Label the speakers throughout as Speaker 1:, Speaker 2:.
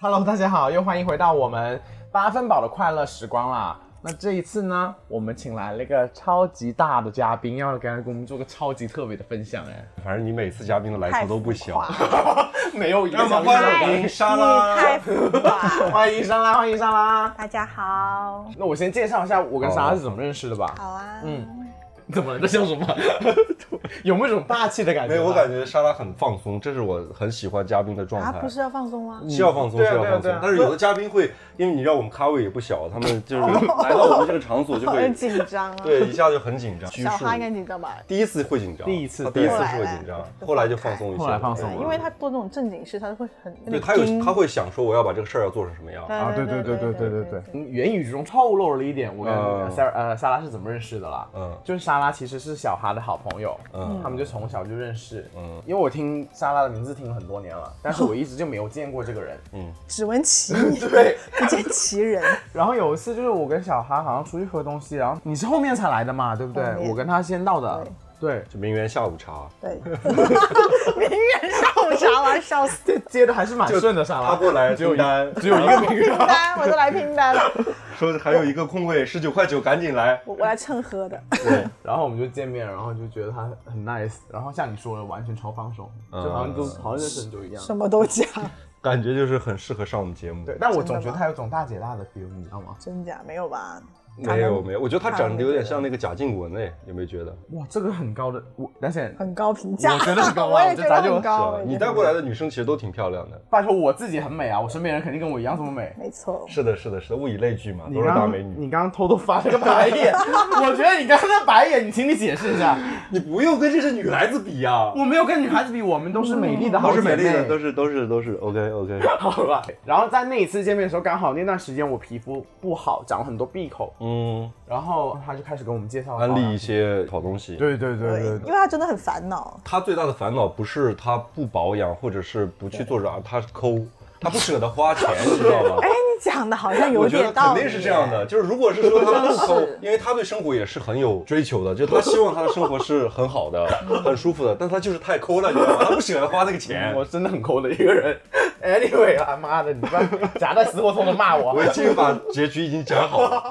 Speaker 1: Hello，大家好，又欢迎回到我们八分饱的快乐时光啦。那这一次呢，我们请来了一个超级大的嘉宾，要给他给我们做个超级特别的分享哎。
Speaker 2: 反正你每次嘉宾的来头都不小。
Speaker 1: 没有一个小。
Speaker 2: 欢迎莎拉
Speaker 3: 你太浮夸
Speaker 1: 欢迎上啦，欢迎上啦。
Speaker 3: 大家好，
Speaker 1: 那我先介绍一下我跟莎拉是怎么认识的吧。
Speaker 3: 好啊，
Speaker 1: 嗯， 怎么了？在笑什么？有没有一种霸气的感觉？
Speaker 2: 没有，我感觉莎拉很放松，这是我很喜欢嘉宾的状
Speaker 3: 啊，
Speaker 2: 态
Speaker 3: 不。是要放松吗？
Speaker 2: 是要放松，
Speaker 1: 对啊
Speaker 2: 是要
Speaker 1: 对啊
Speaker 2: 放
Speaker 1: 对
Speaker 2: 松
Speaker 1: 啊。
Speaker 2: 但是有的嘉宾会，因为你知道我们咖位也不小，他们 就是来到我们这个场所就
Speaker 3: 好
Speaker 2: 会
Speaker 3: 紧张啊。
Speaker 2: 对一下就很紧张，拘
Speaker 3: 小
Speaker 2: 束。
Speaker 3: 哈应该紧张吧？
Speaker 2: 第一次会紧张，
Speaker 1: 第一次
Speaker 2: 他第一次
Speaker 3: 对
Speaker 2: 是会紧张，后来就放松一些，
Speaker 1: 后来放松
Speaker 3: 对，因为他做那种正经事，他会很
Speaker 2: 对他有他会想说我要把这个事儿要做成什么样。
Speaker 3: 啊
Speaker 1: 嗯言语中透露了一点我跟
Speaker 2: 嗯
Speaker 1: 莎呃莎拉是怎么认识的啦。
Speaker 2: 嗯
Speaker 1: 就是莎拉其实是小哈的好朋友，
Speaker 2: 嗯
Speaker 1: 他们就从小就认识。
Speaker 2: 嗯
Speaker 1: 因为我听莎拉的名字听了很多年了，但是我一直就没有见过这个人。
Speaker 3: 只闻其名，
Speaker 1: 对，
Speaker 3: 不见其人。
Speaker 1: 然后有一次就是我跟小哈好像出去喝东西，然后你是后面才来的嘛，对不对
Speaker 3: 后？面
Speaker 1: 我跟他先到的。对，
Speaker 2: 就名媛下午茶，
Speaker 3: 对，名媛上午茶，我要笑死。
Speaker 1: 这接的还是蛮顺的，莎拉。
Speaker 2: 他过来
Speaker 1: 只有一
Speaker 2: 订单
Speaker 1: 只有一个名
Speaker 3: 拼单，我都来 拼单了，
Speaker 2: 说还有一个空位，十九块九，赶紧来。
Speaker 3: 我我来蹭喝的。
Speaker 2: 对，
Speaker 1: 然后我们就见面，然后就觉得他很 nice，然后像你说的，完全超放手，
Speaker 2: 嗯
Speaker 1: 就好像就好像认识很久一样。
Speaker 3: 什么都讲，
Speaker 2: 感觉就是很适合上我们节目。
Speaker 1: 对，，但我总觉得他有种大姐大的 feel，你知道吗？
Speaker 3: 真假没有吧？
Speaker 2: 没
Speaker 3: 啊
Speaker 2: 有没有，我觉得他长得有点像那个贾静雯哎，有没有觉得？
Speaker 1: 哇，这个很高的，我而且
Speaker 3: 很高评价，
Speaker 1: 我觉得很高啊
Speaker 3: 我也
Speaker 1: 我觉
Speaker 3: 觉
Speaker 1: 得咱
Speaker 3: 得
Speaker 1: 就
Speaker 3: 很高。哦我也觉得
Speaker 2: 你带过来的女生其实都挺漂亮的。
Speaker 1: 拜托我自己很美啊，我身边人肯定跟我一样这么美。
Speaker 3: 没错，
Speaker 2: 是的，是的，是的，物以类聚嘛，
Speaker 1: 你
Speaker 2: 都是
Speaker 1: 刚
Speaker 2: 大
Speaker 1: 刚
Speaker 2: 美女。
Speaker 1: 你刚刚偷偷发了个白眼，我觉得你刚刚的白眼，你请你解释一下，
Speaker 2: 你不用跟这些女孩子比啊呀，
Speaker 1: 我没有跟女孩子比，我们都是美 丽的好
Speaker 2: 都是
Speaker 1: 姐妹，
Speaker 2: 美丽的，都是都是都是 OK OK。
Speaker 1: 好吧。然后在那一次见面的时候，刚好那段时间我皮肤不好，长了很多闭口，
Speaker 2: 嗯，
Speaker 1: 然后他就开始给我们介绍
Speaker 2: 安利一
Speaker 1: 些，
Speaker 2: 些好啊东西。
Speaker 1: 对对对
Speaker 3: 对，
Speaker 1: 对
Speaker 3: 因为
Speaker 1: 对，
Speaker 3: 他真的很烦恼。
Speaker 2: 他最大的烦恼不是他不保养，或者是不去做啥，他是抠，他不舍得花钱，你知道吗？
Speaker 3: 哎，你讲的好像有
Speaker 2: 我觉
Speaker 3: 点
Speaker 2: 得肯
Speaker 3: 道理。哎
Speaker 2: 定是这样的，就是如果是说他不抠
Speaker 3: 是，
Speaker 2: 因为他对生活也是很有追求的，就他希望他的生活是很好的、
Speaker 3: 嗯
Speaker 2: 很舒服的，但他就是太抠了，你知道吗？他不舍得花那个钱。
Speaker 1: 我真的很抠的一个人。Anyway 啊，妈的，你不要夹带私货通的骂我。
Speaker 2: 我已经把结局已经讲好了，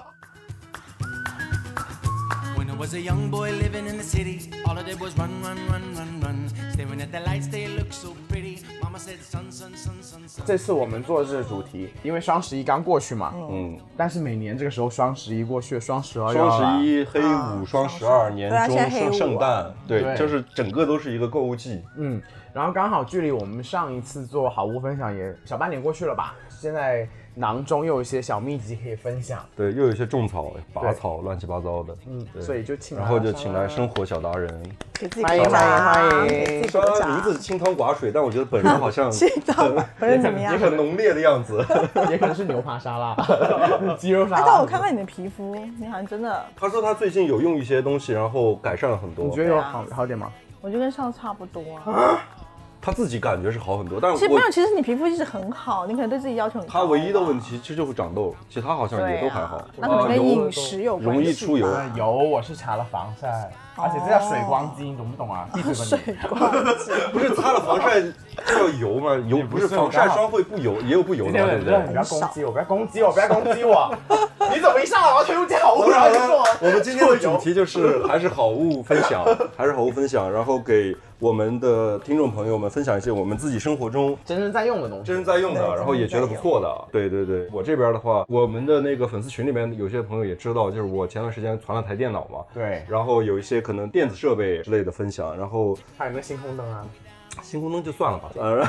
Speaker 4: When I was a young boy living in the city, all I did was run, run, run, run, run. Staring at the lights, they look so pretty. Mama said, son, son, son, son, son.
Speaker 1: 这次我们做的这个主题，因为双十一刚过去嘛，嗯，但是每年这个时候双十一过去，双十二要来
Speaker 2: 双十，一、黑五、双十二、年
Speaker 3: 对啊
Speaker 2: 终、
Speaker 3: 现在黑
Speaker 2: 圣
Speaker 3: 五啊
Speaker 2: 圣诞，
Speaker 1: 对
Speaker 2: 对，就是整个都是一个购物季。
Speaker 1: 嗯，然后刚好距离我们上一次做好物分享也小半年过去了吧，现在囊中又有一些小秘籍可以分享，
Speaker 2: 对，又有一些种草、拔草，乱七八糟的。嗯，
Speaker 1: 所以就请来
Speaker 2: 然
Speaker 1: 了
Speaker 2: 后就请
Speaker 3: 啊
Speaker 2: 来生活小达人，
Speaker 3: 给自己
Speaker 1: 欢迎
Speaker 3: 鼓掌，
Speaker 1: 欢迎
Speaker 3: 给自己
Speaker 2: 虽
Speaker 3: 鼓
Speaker 2: 然他名
Speaker 3: 掌。
Speaker 2: 字清汤寡水，但我觉得本人好 像
Speaker 3: 知道吗？不是怎么样
Speaker 2: 也？很浓烈的样子。
Speaker 1: 也可能是牛扒沙 拉、鸡肉沙
Speaker 3: 哎，
Speaker 1: 拉。
Speaker 3: 但我看，看你的皮肤，你好像真的，
Speaker 2: 他说他最近有用一些东西，然后改善了很多。
Speaker 1: 你觉得有
Speaker 3: 啊
Speaker 1: 好好点吗？
Speaker 3: 我觉得跟上次差不多啊。
Speaker 2: 他自己感觉是好很多，但
Speaker 3: 其实
Speaker 2: 是
Speaker 3: 没
Speaker 2: 我
Speaker 3: 有，其实你皮肤一直很好，你可能对自己要求很高吧。
Speaker 2: 他唯一的问题其实就是长痘，其他好像也
Speaker 3: 对
Speaker 2: 都
Speaker 3: 啊
Speaker 2: 还好。
Speaker 3: 那可能跟
Speaker 2: 油
Speaker 3: 饮食有关系吧。
Speaker 2: 容易出油
Speaker 1: 呃有，我是搽了防晒，
Speaker 3: 哦
Speaker 1: 而且这叫水光肌，你懂不懂 啊？闭嘴吧你！
Speaker 3: 水光肌。
Speaker 2: 不是擦了防晒就要油吗？油
Speaker 1: 不
Speaker 2: 不
Speaker 1: 是
Speaker 2: 是防晒霜会不油，也有不油
Speaker 1: 今
Speaker 2: 的
Speaker 1: 天
Speaker 2: 啊嘛，对
Speaker 1: 很
Speaker 2: 不
Speaker 1: 热，你
Speaker 2: 对
Speaker 1: 不？要攻击我，不要攻击我，不要攻击我。 你怎么一上来我要推荐好物，
Speaker 2: 好了好
Speaker 1: 然后就说
Speaker 2: 了，我们今天的
Speaker 1: 桌游
Speaker 2: 主题就是还是好物分享，还是好物分享，然后给我们的听众朋友们分享一些我们自己生活中
Speaker 1: 真正在用的东西
Speaker 2: 真。人在用
Speaker 3: 对
Speaker 2: 的，然后也觉得不错的。对对对，我这边的话，我们的那个粉丝群里面有些朋友也知道，就是我前段时间传了台电脑嘛，
Speaker 1: 对，
Speaker 2: 然后有一些可能电子设备之类的分享，然后
Speaker 1: 还有那星空灯啊，
Speaker 2: 星空灯就算了吧，呃，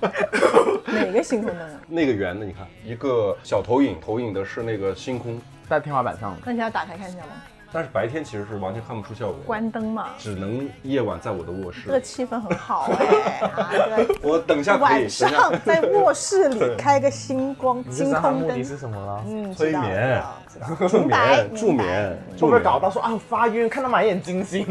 Speaker 3: 哪个星空灯啊？
Speaker 2: 那个圆的你看一个小投影，投影的是那个星空，
Speaker 1: 在天花板上的。
Speaker 3: 那你要打开看一下吗？
Speaker 2: 但是白天其实是完全看不出效果的。
Speaker 3: 关灯嘛，
Speaker 2: 只能夜晚在我的卧
Speaker 3: 这个
Speaker 2: 室，
Speaker 3: 气氛很好 哎、啊，这个
Speaker 2: 我等一下可以，
Speaker 3: 晚
Speaker 2: 等一下
Speaker 3: 上在卧室里开个星光
Speaker 1: 你就
Speaker 3: 星
Speaker 1: 知道它
Speaker 3: 空
Speaker 1: 目的
Speaker 3: 灯，
Speaker 1: 是什么了？
Speaker 3: 嗯，
Speaker 2: 催
Speaker 3: 知道
Speaker 2: 眠，
Speaker 3: 知 道知道
Speaker 2: 助
Speaker 3: 明白
Speaker 2: 眠，助
Speaker 3: 明白
Speaker 2: 眠，
Speaker 1: 会
Speaker 2: 助
Speaker 1: 不会
Speaker 2: 眠，
Speaker 1: 搞到说啊发晕，看到满眼金星？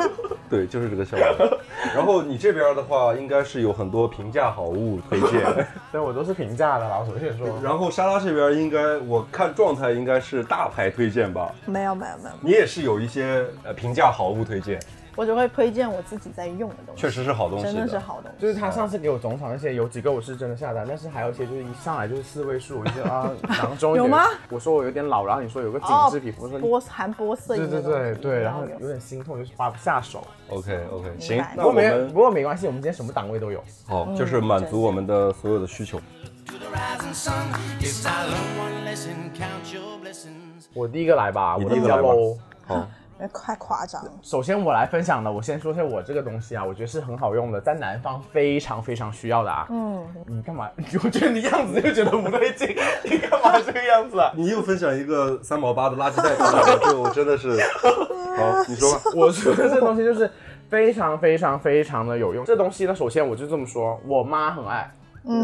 Speaker 2: 对，就是这个效果。 然后你这边的话，应该是有很多平价好物推 荐。
Speaker 1: 对我都是平价的啦，我首先说。
Speaker 2: 然后莎拉这边应该，我看状态应该是大牌推荐吧。
Speaker 3: 没有没有没有，
Speaker 2: 你也是有一些呃平价好物推荐，
Speaker 3: 我只会推荐我自己在用的东西，
Speaker 2: 确实是好东西
Speaker 3: 真的是。好东西。
Speaker 1: 就是他上次给我总场那些，有几个我是真的下单，但是还有一些就是一上来就是四位数，我就觉得 啊，囊中
Speaker 3: 有吗？
Speaker 1: 我说我有点老，然后你说有个紧致皮肤，我说你
Speaker 3: 哦波含波色
Speaker 1: 对
Speaker 3: 因
Speaker 1: 对
Speaker 3: 的
Speaker 1: 对
Speaker 3: 东西
Speaker 1: 对，然后有点心痛，就是花不下手。
Speaker 2: OK OK，行，
Speaker 1: 不
Speaker 2: 那我
Speaker 1: 过没
Speaker 2: 们
Speaker 1: 不过没关系，我们今天什么档位都有。
Speaker 2: 好，就是
Speaker 3: 嗯
Speaker 2: 满足我们的所有的需求。
Speaker 4: to the rising sun. Yes, I learned one lesson. Count your blessings.
Speaker 1: 我第一个来吧，
Speaker 2: 你
Speaker 1: 我
Speaker 2: 第一个来吧
Speaker 1: 喽。
Speaker 2: 好，
Speaker 3: 哎太夸张了，
Speaker 1: 首先我来分享的，我先说一下我这个东西啊，我觉得是很好用的，在南方非常非常需要的啊。嗯，你干嘛？ 我觉得你样子就觉得不对劲， 你干嘛这个样子啊？
Speaker 2: 你又分享一个三毛八的垃圾袋过来，对我真的 是，好，你说吧。
Speaker 1: 我说的这东西就是非常非常非常的有用。这东西呢，首先我就这么说，我妈很爱，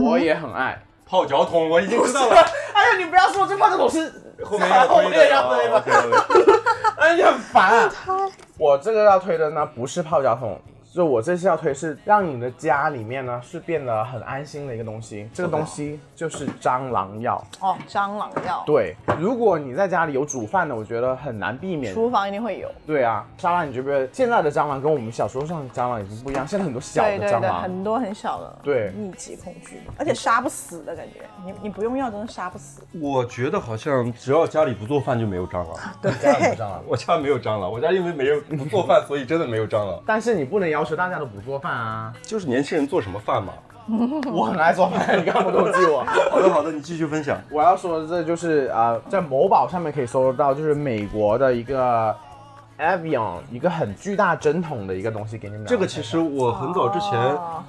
Speaker 1: 我也很爱。
Speaker 2: 泡脚桶我已经知道
Speaker 1: 不
Speaker 2: 了，
Speaker 1: 是哎呀，你不要说这泡脚桶是
Speaker 2: 后面要
Speaker 1: 后
Speaker 2: 推的
Speaker 1: 面要推
Speaker 2: 哦
Speaker 1: 吧。
Speaker 2: ，OK，OK
Speaker 1: 哎，你很烦、啊。我这个要推的呢，不是泡脚桶，就我这次要推是让你的家里面呢是变得很安心的一个东西。这个东西就是蟑螂药。
Speaker 3: 哦，蟑螂药，
Speaker 1: 对，如果你在家里有煮饭的，我觉得很难避免。
Speaker 3: 厨房一定会有，
Speaker 1: 对啊，莎拉，你觉不觉得现在的蟑螂跟我们小时候上的蟑螂已经不一样？现在很多小
Speaker 3: 对
Speaker 1: 的
Speaker 3: 对
Speaker 1: 蟑
Speaker 3: 对，
Speaker 1: 螂，
Speaker 3: 很多很小的，
Speaker 1: 对
Speaker 3: 密集恐惧，而且杀不死的感觉，你你不用药真的杀不死，
Speaker 2: 我觉得好像只要家里不做饭就没有蟑螂。
Speaker 3: 对
Speaker 1: 蟑螂。
Speaker 2: 我家没有蟑螂，我家因为没有不做饭，所以真的没有蟑螂。
Speaker 1: 但是你不能要求大家都不做饭 啊！
Speaker 2: 就是年轻人做什么饭嘛。
Speaker 1: 我很爱做饭，你干嘛攻击我？
Speaker 2: 好的好的，你继续分享。
Speaker 1: 我要说的这就是呃，在某宝上面可以搜得到，就是美国的一个 Avion，一个很巨大针筒的一个东西给你们 拿。
Speaker 2: 这个其实我很早之前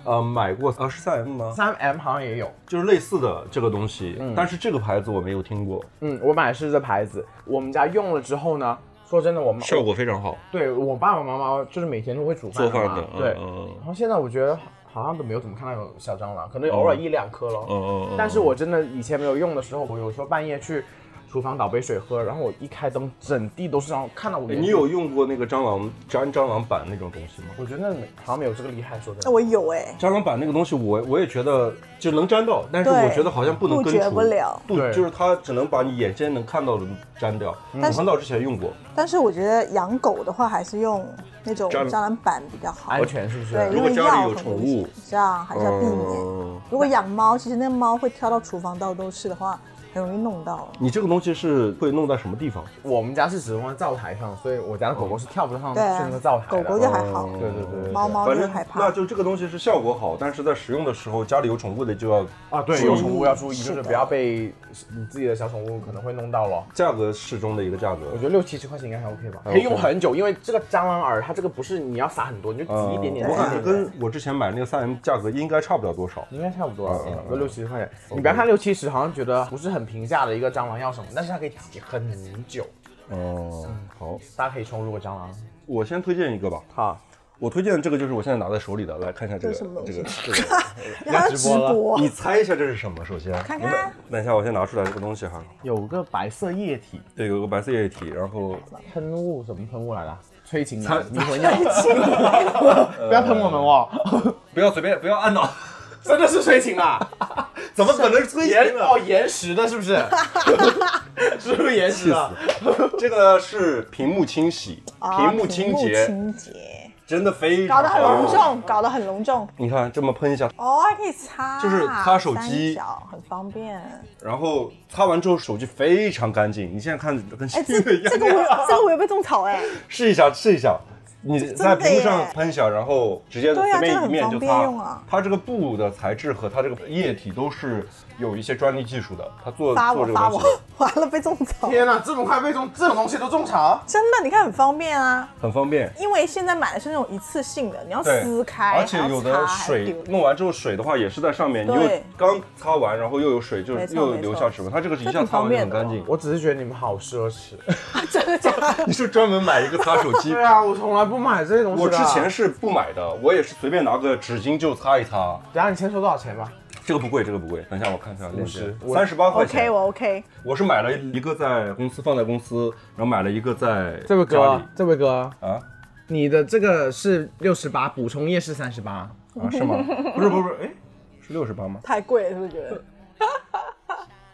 Speaker 2: 呃买过，呃是三 M 吗？
Speaker 1: 三 M 好像也有，
Speaker 2: 就是类似的这个东西，但是这个牌子我没有听过，
Speaker 1: 嗯，我买的是这牌子，我们家用了之后呢，说真的，我们
Speaker 5: 效果非常好，
Speaker 1: 对我爸爸妈妈就是每天都会煮饭
Speaker 5: 做饭
Speaker 1: 嘛
Speaker 5: 的，嗯
Speaker 1: 对。
Speaker 5: 嗯
Speaker 1: 然后现在我觉得好像都没有怎么看到有小蟑螂，可能偶尔一两颗咯。
Speaker 5: 嗯嗯嗯。
Speaker 1: 但是我真的以前没有用的时候，我有时候半夜去厨房倒杯水喝，然后我一开灯，整地都是蟑螂，看
Speaker 5: 哎
Speaker 1: 到我
Speaker 2: 你有？用过那个蟑螂粘蟑螂板那种东西吗？
Speaker 1: 我觉得那没好像没有这个厉害，说真
Speaker 3: 那
Speaker 1: 的。
Speaker 3: 我有哎、
Speaker 2: 蟑螂板那个东西我，我也觉得就能粘到，但是
Speaker 3: 对
Speaker 2: 我觉得好像不能根除，
Speaker 3: 杜绝不了
Speaker 2: 对，
Speaker 1: 对
Speaker 2: 就是它只能把你眼睛能看到的粘掉。我
Speaker 3: 嗯但是
Speaker 2: 很早之前用过，
Speaker 3: 但是我觉得养狗的话还是用那种
Speaker 2: 蟑
Speaker 3: 蟑螂板比较好，
Speaker 1: 安全是不哦
Speaker 3: 对，
Speaker 1: 是？
Speaker 3: 因
Speaker 2: 果
Speaker 3: 为
Speaker 2: 家里
Speaker 3: 药
Speaker 2: 有
Speaker 3: 很
Speaker 2: 宠
Speaker 3: 危险
Speaker 2: 物
Speaker 3: 这样还是要避免。
Speaker 2: 嗯，
Speaker 3: 如果养猫，其实那猫会跳到厨房到处都是的话，很容易弄到。
Speaker 2: 你这个东西是会弄在什么地方？
Speaker 1: 我们家是只放在灶台上，所以我家的狗狗是跳不上去
Speaker 3: 对啊
Speaker 1: 那个灶台的。
Speaker 3: 狗狗就还好，
Speaker 1: 对对对对
Speaker 3: 猫猫
Speaker 2: 反
Speaker 3: 就
Speaker 2: 正
Speaker 3: 哦害怕
Speaker 2: 那。就这个东西是效果好，但是在使用的时候，家里有宠物的就要
Speaker 1: 啊，对，
Speaker 2: 注意
Speaker 1: 有宠物要注意，
Speaker 3: 是
Speaker 1: 就是
Speaker 3: 的
Speaker 1: 不要被你自己的小宠物可能会弄到咯。
Speaker 2: 价格适中的一个价
Speaker 1: 我
Speaker 2: 格
Speaker 1: 觉。得六七十块钱应该还 OK 吧，
Speaker 2: 还
Speaker 1: 可以
Speaker 2: OK
Speaker 1: 用很久，因为这个蟑螂饵它这个不是你要撒很多，你就挤一点点，
Speaker 2: 嗯我
Speaker 1: 挤一
Speaker 2: 感觉
Speaker 1: 点点。
Speaker 2: 跟我之前买那个三 M 价格应该差不了多少。
Speaker 1: 应该差不多，有六七十块钱。你不要看六七十，好像觉得不是很平价的一个蟑螂药什么，但是它可以挤很久。
Speaker 2: 哦，好，
Speaker 1: 大家可以冲入个蟑螂。
Speaker 2: 我先推荐一个吧。
Speaker 1: 好，
Speaker 2: 我推荐的这个就是我现在拿在手里的，来看一下这个
Speaker 3: 这是什么
Speaker 2: 这
Speaker 3: 东
Speaker 2: 个
Speaker 3: 西
Speaker 2: 这个。
Speaker 3: 那直播
Speaker 2: 你猜一下这是什么？首先，
Speaker 3: 看看
Speaker 2: 等一下，我先拿出来这个东西哈。
Speaker 1: 有个白色液体
Speaker 2: 对，有个白色液体，然后
Speaker 1: 喷雾，什么喷雾来的？催情的迷魂 药。不要喷我们哦，
Speaker 2: 不要随便，不要按到，
Speaker 1: 真的是催情啦！
Speaker 2: 怎么可能 啊催
Speaker 1: 延
Speaker 2: 情
Speaker 1: 哦
Speaker 2: 呢？
Speaker 1: 延时的，是不是？ 是不是延时的？啊
Speaker 2: 这个是屏幕清洗，
Speaker 3: 啊，
Speaker 2: 幕清洁，
Speaker 3: 清洁，
Speaker 2: 真的非
Speaker 3: 搞
Speaker 2: 常
Speaker 3: 得很隆
Speaker 2: 好用。
Speaker 3: 重，搞得很隆重。
Speaker 2: 你看这么喷一下，
Speaker 3: 哦，还可以擦，
Speaker 2: 就是擦手机
Speaker 3: 三角很方 便。
Speaker 2: 然后擦完之后手机非常干净。你现在看跟新
Speaker 3: 哎，这
Speaker 2: 的一样。
Speaker 3: 这 个我这个我也被种草哎，
Speaker 2: 试一下，试一下。你在屏幕上
Speaker 3: 耶
Speaker 2: 喷一下，然后直接
Speaker 3: 对啊
Speaker 2: 随便
Speaker 3: 这个
Speaker 2: 一
Speaker 3: 很
Speaker 2: 面
Speaker 3: 方
Speaker 2: 就
Speaker 3: 便
Speaker 2: 擦。
Speaker 3: 用啊
Speaker 2: 它这个布的材质和它这个液体都是有一些专利技术的，它做
Speaker 3: 发
Speaker 2: 做
Speaker 3: 我
Speaker 2: 这个
Speaker 3: 发
Speaker 2: 东
Speaker 3: 我
Speaker 2: 西，
Speaker 3: 完了被种草，
Speaker 1: 天哪，这么快被种这种东西都种草？
Speaker 3: 真的你看很方便啊，
Speaker 2: 很方便。
Speaker 3: 因为现在买的是那种一次性的，你要
Speaker 2: 对，
Speaker 3: 撕开，
Speaker 2: 而且
Speaker 3: 还要
Speaker 2: 有
Speaker 3: 擦
Speaker 2: 的
Speaker 3: 还要
Speaker 2: 水
Speaker 3: 丢
Speaker 2: 弄完之后，水的话也是在上面，你
Speaker 3: 对
Speaker 2: 又刚擦完，然后又有水，就
Speaker 3: 没错
Speaker 2: 又
Speaker 3: 没错
Speaker 2: 流下齿轮。它这个是一
Speaker 3: 这
Speaker 2: 下
Speaker 3: 挺
Speaker 2: 擦完就
Speaker 3: 方便
Speaker 2: 很
Speaker 3: 的
Speaker 2: 干净。
Speaker 1: 我只是觉得你们好奢侈。
Speaker 3: 啊，真的假 的？
Speaker 2: 你是专门买一个擦手 机
Speaker 1: 对啊，我从来不买这些东西
Speaker 2: 我
Speaker 1: 的
Speaker 3: 啊
Speaker 2: 之前，是不买的，我也是随便拿个纸巾就擦一擦。
Speaker 1: 然后你先说多少钱吧？
Speaker 2: 这个不贵，这个不贵。等一下我看一下链接
Speaker 1: 50，
Speaker 2: 三十八块
Speaker 3: OK，
Speaker 2: 钱。
Speaker 3: 我 OK，
Speaker 2: 我是买了一个在公司放在公司，然后买了一个在
Speaker 1: 这位
Speaker 2: 家
Speaker 1: 哥
Speaker 2: 里，
Speaker 1: 这位哥，
Speaker 2: 啊
Speaker 1: 你的这个是六十八，补充液是三十八。
Speaker 2: 啊是 吗？不是不是不是，哎，是六十八吗？
Speaker 3: 太贵了是不是觉 得？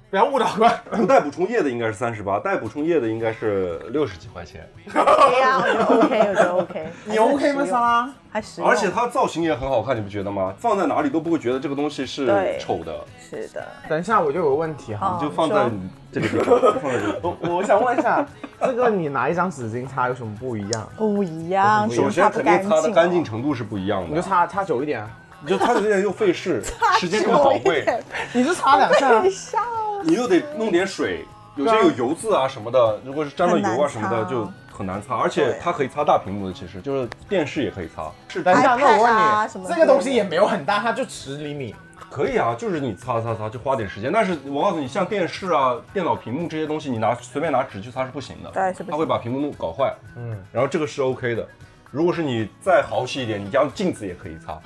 Speaker 1: 不要误导观
Speaker 2: 不 带补充液的应该是三十八，带补充液的应该是六十几块钱，
Speaker 3: 对哎呀，我觉得 OK，我觉得 OK，
Speaker 1: 你 OK 吗，
Speaker 3: 还是很实
Speaker 1: 莎
Speaker 3: 用？
Speaker 1: 拉？
Speaker 3: 还实用，
Speaker 2: 而且它造型也很好看，你不觉得吗？放在哪里都不会觉得这个东西是
Speaker 3: 对
Speaker 2: 丑的，
Speaker 1: 哦
Speaker 3: 是的，
Speaker 1: 等一下我就有个问题哈，
Speaker 3: 哦
Speaker 2: 就放在
Speaker 3: 你说
Speaker 2: 你这个地 方，放在这个地方。
Speaker 1: 我我想问一下， 这个你拿一张纸巾擦有什么不一样？
Speaker 3: 不一样，
Speaker 2: 首
Speaker 3: 是它
Speaker 2: 先
Speaker 3: 不
Speaker 2: 肯定擦的干净
Speaker 3: 哦。
Speaker 2: 程度是不一样
Speaker 1: 啊你就
Speaker 2: 的，
Speaker 1: 擦擦久一点啊，
Speaker 2: 你就擦的有点又费事，时间更宝贵，
Speaker 1: 你就擦两下啊
Speaker 3: 你。笑啊，
Speaker 2: 你又得弄点水，有些有油渍啊什么的，如果是沾了油啊什么的
Speaker 3: 很难擦
Speaker 2: 就很难擦，而且它可以擦大屏幕的，其实就是电视也可以擦，是
Speaker 1: 等一下，
Speaker 3: iPad
Speaker 1: 那我
Speaker 3: 啊
Speaker 1: 问
Speaker 3: 什
Speaker 1: 你，
Speaker 3: 么
Speaker 1: 这个东西也没有很大，它就十厘米。
Speaker 2: 可以啊，就是你擦擦擦就花点时间，但是我告诉你，像电视啊、电脑屏幕这些东西，你拿随便拿纸去擦是不行的，
Speaker 3: 对是不行
Speaker 2: 它会把屏幕搞坏。嗯，然后这个是 OK 的。如果是你再豪气一点，你家镜子也可以 擦，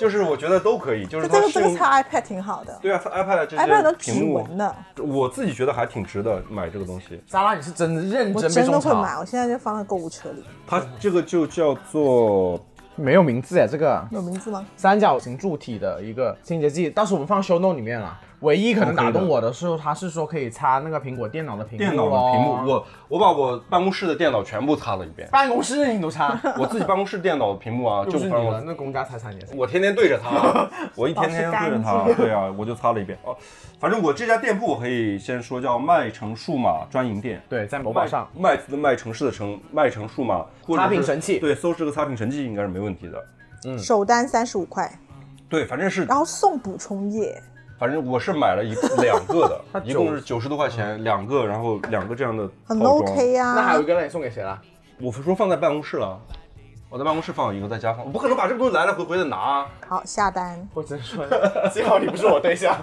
Speaker 2: 就是我觉得都可以，就是
Speaker 3: 这
Speaker 2: 它
Speaker 3: 个
Speaker 2: 是
Speaker 3: 这个
Speaker 2: 用
Speaker 3: 擦 iPad 挺好的
Speaker 2: 对啊，它 iPad 这
Speaker 3: ，iPad
Speaker 2: 些
Speaker 3: 都
Speaker 2: 屏
Speaker 3: 指
Speaker 2: 幕，
Speaker 3: 纹的，
Speaker 2: 我自己觉得还挺值的，买这个东西。
Speaker 1: 莎拉，你是真的认
Speaker 3: 我
Speaker 1: 真被
Speaker 3: 真的
Speaker 1: 种
Speaker 3: 会
Speaker 1: 草？
Speaker 3: 买，我现在就放在购物车里。
Speaker 2: 它这个就叫做
Speaker 1: 没有名字哎，这个
Speaker 3: 有名字吗？
Speaker 1: 三角形柱体的一个清洁剂，但是我们放 show note 里面了。唯一哦可能
Speaker 2: OK 的
Speaker 1: 打动我的是，它是说可以擦那个苹果电脑的屏幕啊
Speaker 2: 电脑的屏幕，
Speaker 1: 咯，
Speaker 2: 我我把我办公室的电脑全部擦了一遍
Speaker 1: 办公室你都 擦，
Speaker 2: 我自己办公室电脑屏幕 啊，
Speaker 1: 就
Speaker 2: 就是
Speaker 1: 你
Speaker 2: 反正我
Speaker 1: 了，那公家财产也是。
Speaker 2: 我天天对着 它，我一天天对着
Speaker 3: 保
Speaker 2: 它，
Speaker 3: 持干净
Speaker 2: 对啊，我就擦了一遍。哦，反正我这家店铺我可以先说叫麦城数码专营店。
Speaker 1: 对，在某
Speaker 2: 麦
Speaker 1: 宝上，
Speaker 2: 麦子的麦城市的城，麦城数码或者是
Speaker 1: 擦屏神器
Speaker 2: 对，搜这个擦屏神器应该是没问题的。
Speaker 3: 首单三十五块，
Speaker 2: 对，反正是
Speaker 3: 然后送补充液，
Speaker 2: 反正我是买了一 两个的，一共
Speaker 1: 九嗯
Speaker 2: 是九十多块钱两个，然后两个这样的
Speaker 3: 很
Speaker 2: 套装
Speaker 3: OK 啊呀、
Speaker 1: 那还有一个呢，你送给谁了？
Speaker 2: 我说放在办公室了，我在办公室放一个，在家放，我不可能把这个东西来来回回的拿 啊。
Speaker 3: 好下单，
Speaker 1: 我只能说， 幸好你不是我对象，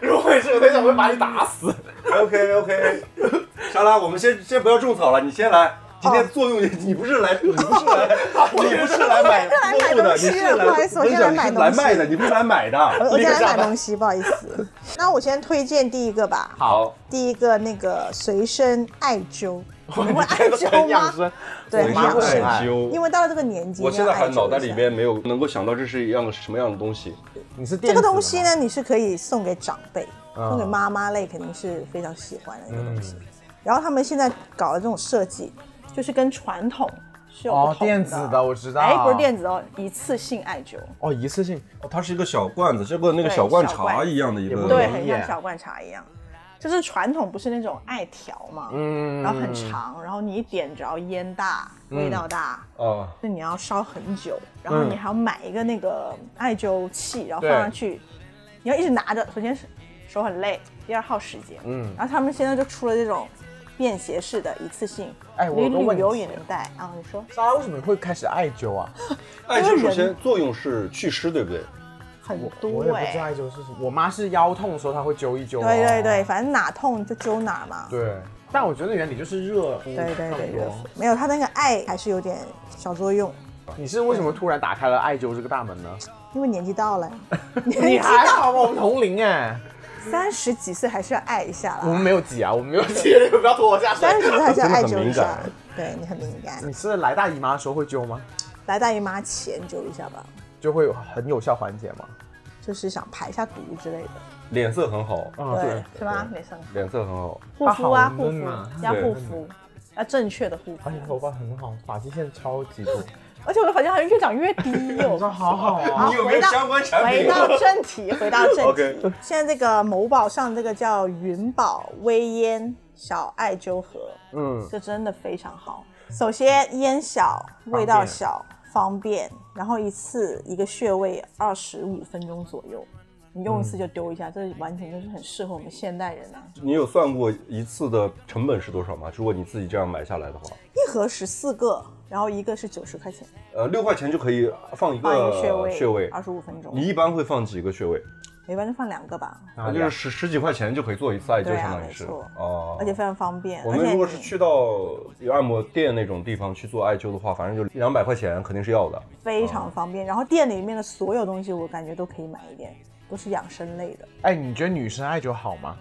Speaker 1: 如果你 是我对象，我会把你打死。
Speaker 2: OK OK，莎拉，我们先先不要种草了，你先来。今天作用，你不是来，你不是 来，你不是来买啊
Speaker 3: 我
Speaker 2: 货
Speaker 3: 是来买
Speaker 2: 的，
Speaker 3: 东
Speaker 2: 你
Speaker 3: 西
Speaker 2: 是来，
Speaker 3: 不好意思我
Speaker 2: 跟你
Speaker 3: 先来
Speaker 2: 讲你
Speaker 3: 买
Speaker 2: 是来
Speaker 3: 东西
Speaker 2: 卖的，你不是来买
Speaker 3: 我
Speaker 2: 的。
Speaker 3: 我进来买东西，不好意思。 那我先推荐第一个吧，
Speaker 2: 好，
Speaker 3: 第一个那个随身艾 灸，你会艾 灸
Speaker 1: 很养
Speaker 3: 吗
Speaker 1: 生？，
Speaker 3: 对，
Speaker 1: 我
Speaker 3: 很
Speaker 1: 觉得
Speaker 3: 养
Speaker 1: 很
Speaker 3: 生。
Speaker 1: 爱
Speaker 3: 因
Speaker 2: 灸。
Speaker 3: 为到了这个年纪，
Speaker 2: 我现在还
Speaker 3: 你要艾
Speaker 2: 脑
Speaker 3: 灸一下
Speaker 2: 袋里边没有能够想到这是一样什么样的东西。
Speaker 1: 你是
Speaker 3: 这
Speaker 1: 电
Speaker 3: 个
Speaker 1: 子
Speaker 3: 东西
Speaker 1: 的吗？
Speaker 3: 呢，你是可以送给长辈，
Speaker 1: 嗯
Speaker 3: 送给妈妈类肯定是非常喜欢的一个东西。然后他们现在搞的这种设计，就是跟传统是有不
Speaker 1: 哦
Speaker 3: 同，的
Speaker 1: 电子的，我知道。
Speaker 3: 哎，不是电子哦，一次性艾灸，
Speaker 1: 哦，一次性
Speaker 2: 哦它是一个小罐子，就跟那个
Speaker 3: 对
Speaker 2: 小罐
Speaker 3: 小
Speaker 2: 茶
Speaker 3: 罐
Speaker 2: 一样的一
Speaker 1: 也不
Speaker 2: 个。
Speaker 1: 对
Speaker 3: 对，
Speaker 1: 容
Speaker 3: 很
Speaker 1: 易
Speaker 3: 像
Speaker 1: 耶
Speaker 3: 小罐茶一样。就是传统不是那种艾条嘛，
Speaker 1: 嗯
Speaker 3: 然后很长，然后你一点着烟大，味道大，
Speaker 2: 啊，
Speaker 3: 那你要烧很久，然后你还要买一个那个艾灸器，然后
Speaker 1: 嗯对
Speaker 3: 放上去，你要一直拿着，首先是手很累，第二耗时间，嗯，然后他们现在就出了这种便携式的一次性，
Speaker 1: 哎我
Speaker 3: 你
Speaker 1: 有个问
Speaker 3: 旅游
Speaker 1: 题
Speaker 3: 也能带啊，你说
Speaker 1: 莎拉为什么会开始艾灸啊？
Speaker 2: 艾灸首
Speaker 3: 因为
Speaker 2: 先作用是祛湿，对不对？
Speaker 3: 很
Speaker 1: 我
Speaker 3: 多
Speaker 1: 也不啊
Speaker 3: 哎、
Speaker 1: 知道艾灸是什么。我妈是腰痛的时候，她会灸一灸、啊
Speaker 3: 对对对，。反正哪痛就灸哪嘛，
Speaker 1: 对，但我觉得原理就是热敷。
Speaker 3: 对对对
Speaker 1: 上
Speaker 3: 对
Speaker 1: 油，
Speaker 3: 没有它那个艾还是有点小作用，
Speaker 1: 你是为什么突然打开了艾灸这个大门呢？
Speaker 3: 因为年纪 到了，
Speaker 1: 你还好吧，我们同龄哎，
Speaker 3: 三十几岁还是要艾一下
Speaker 1: 我们
Speaker 3: 啦，
Speaker 1: 没有挤啊，我们没有挤， 你们不要拖我下水。
Speaker 3: 三十几岁还是要艾
Speaker 2: 真的
Speaker 3: 灸
Speaker 2: 很
Speaker 3: 一
Speaker 2: 敏
Speaker 3: 下
Speaker 2: 感，
Speaker 3: 对你很敏感。
Speaker 1: 你是来大姨妈的时候会灸吗？
Speaker 3: 来大姨妈前灸一下吧，
Speaker 1: 就会有很有效缓解吗？
Speaker 3: 就是想排一下毒之类的，
Speaker 2: 脸色很好，
Speaker 1: 啊，对，
Speaker 3: 是吧？没事，
Speaker 2: 脸色很好。
Speaker 3: 护肤
Speaker 1: 它
Speaker 3: 啊，
Speaker 1: 好
Speaker 3: 护
Speaker 1: 嫩
Speaker 3: 肤
Speaker 1: 啊
Speaker 3: 要
Speaker 2: 对
Speaker 3: 护肤，要正确的护肤
Speaker 1: 哎而且。头发很好，发际线超级多。
Speaker 3: 而且我的房间好像越长越低 哟、
Speaker 1: 这好好啊
Speaker 2: 你！有没有相关产
Speaker 3: 回
Speaker 2: 品啊？
Speaker 3: 到正题，回到正题。
Speaker 2: OK
Speaker 3: 现在这个某宝上这个叫云宝微烟小艾灸盒，
Speaker 1: 嗯，
Speaker 3: 这真的非常好。首先烟小，味道小，方便，然后一次一个穴位二十五分钟左右，你用一次就丢一
Speaker 2: 嗯
Speaker 3: 下，这完全就是很适合我们现代人啊。
Speaker 2: 你有算过一次的成本是多少吗？如果你自己这样买下来的话，
Speaker 3: 一盒十四个，然后一个是九十块钱，
Speaker 2: 呃，六块钱就可以放一
Speaker 3: 放一
Speaker 2: 个
Speaker 3: 个穴位，二十五分钟，
Speaker 2: 呃你一般会放几个穴位？
Speaker 3: 每般就放两个吧，
Speaker 1: 啊
Speaker 2: 就是十十几块钱就可以做一次艾灸，
Speaker 3: 对啊
Speaker 2: 相当于是
Speaker 3: 没错
Speaker 2: 哦。
Speaker 3: 而且非常方便。
Speaker 2: 我
Speaker 3: 而
Speaker 2: 们
Speaker 3: 且
Speaker 2: 如果是去到有按摩店那种地方去做艾灸的话，反正就两百块钱肯定是要的。
Speaker 3: 非
Speaker 1: 哦
Speaker 3: 常方便。然后店里面的所有东西，我感觉都可以买一点，都是养生类的。
Speaker 1: 哎，你觉得女生艾灸好吗？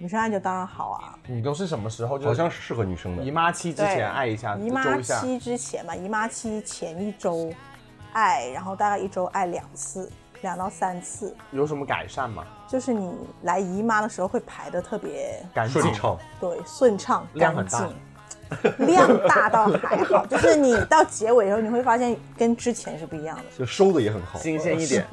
Speaker 3: 女生艾灸当然好啊，
Speaker 1: 你都是什么时候？
Speaker 2: 好像是适合女生的
Speaker 1: 姨。妈期之
Speaker 3: 对
Speaker 1: 前艾一下，
Speaker 3: 姨
Speaker 1: 灸
Speaker 3: 妈
Speaker 1: 啊一下。
Speaker 3: 期之前嘛，姨妈期前一周艾，然后大概一周艾两次，两到三次。
Speaker 1: 有什么改善吗？
Speaker 3: 就是你来姨妈的时候会排的特别
Speaker 1: 赶紧
Speaker 2: 顺畅，
Speaker 3: 对顺畅
Speaker 1: 量
Speaker 3: 干
Speaker 1: 很大
Speaker 3: 净。量大倒还好，就是你到结尾的时候，你会发现跟之前是不一样的。
Speaker 2: 就收的也很好。
Speaker 1: 新鲜一点。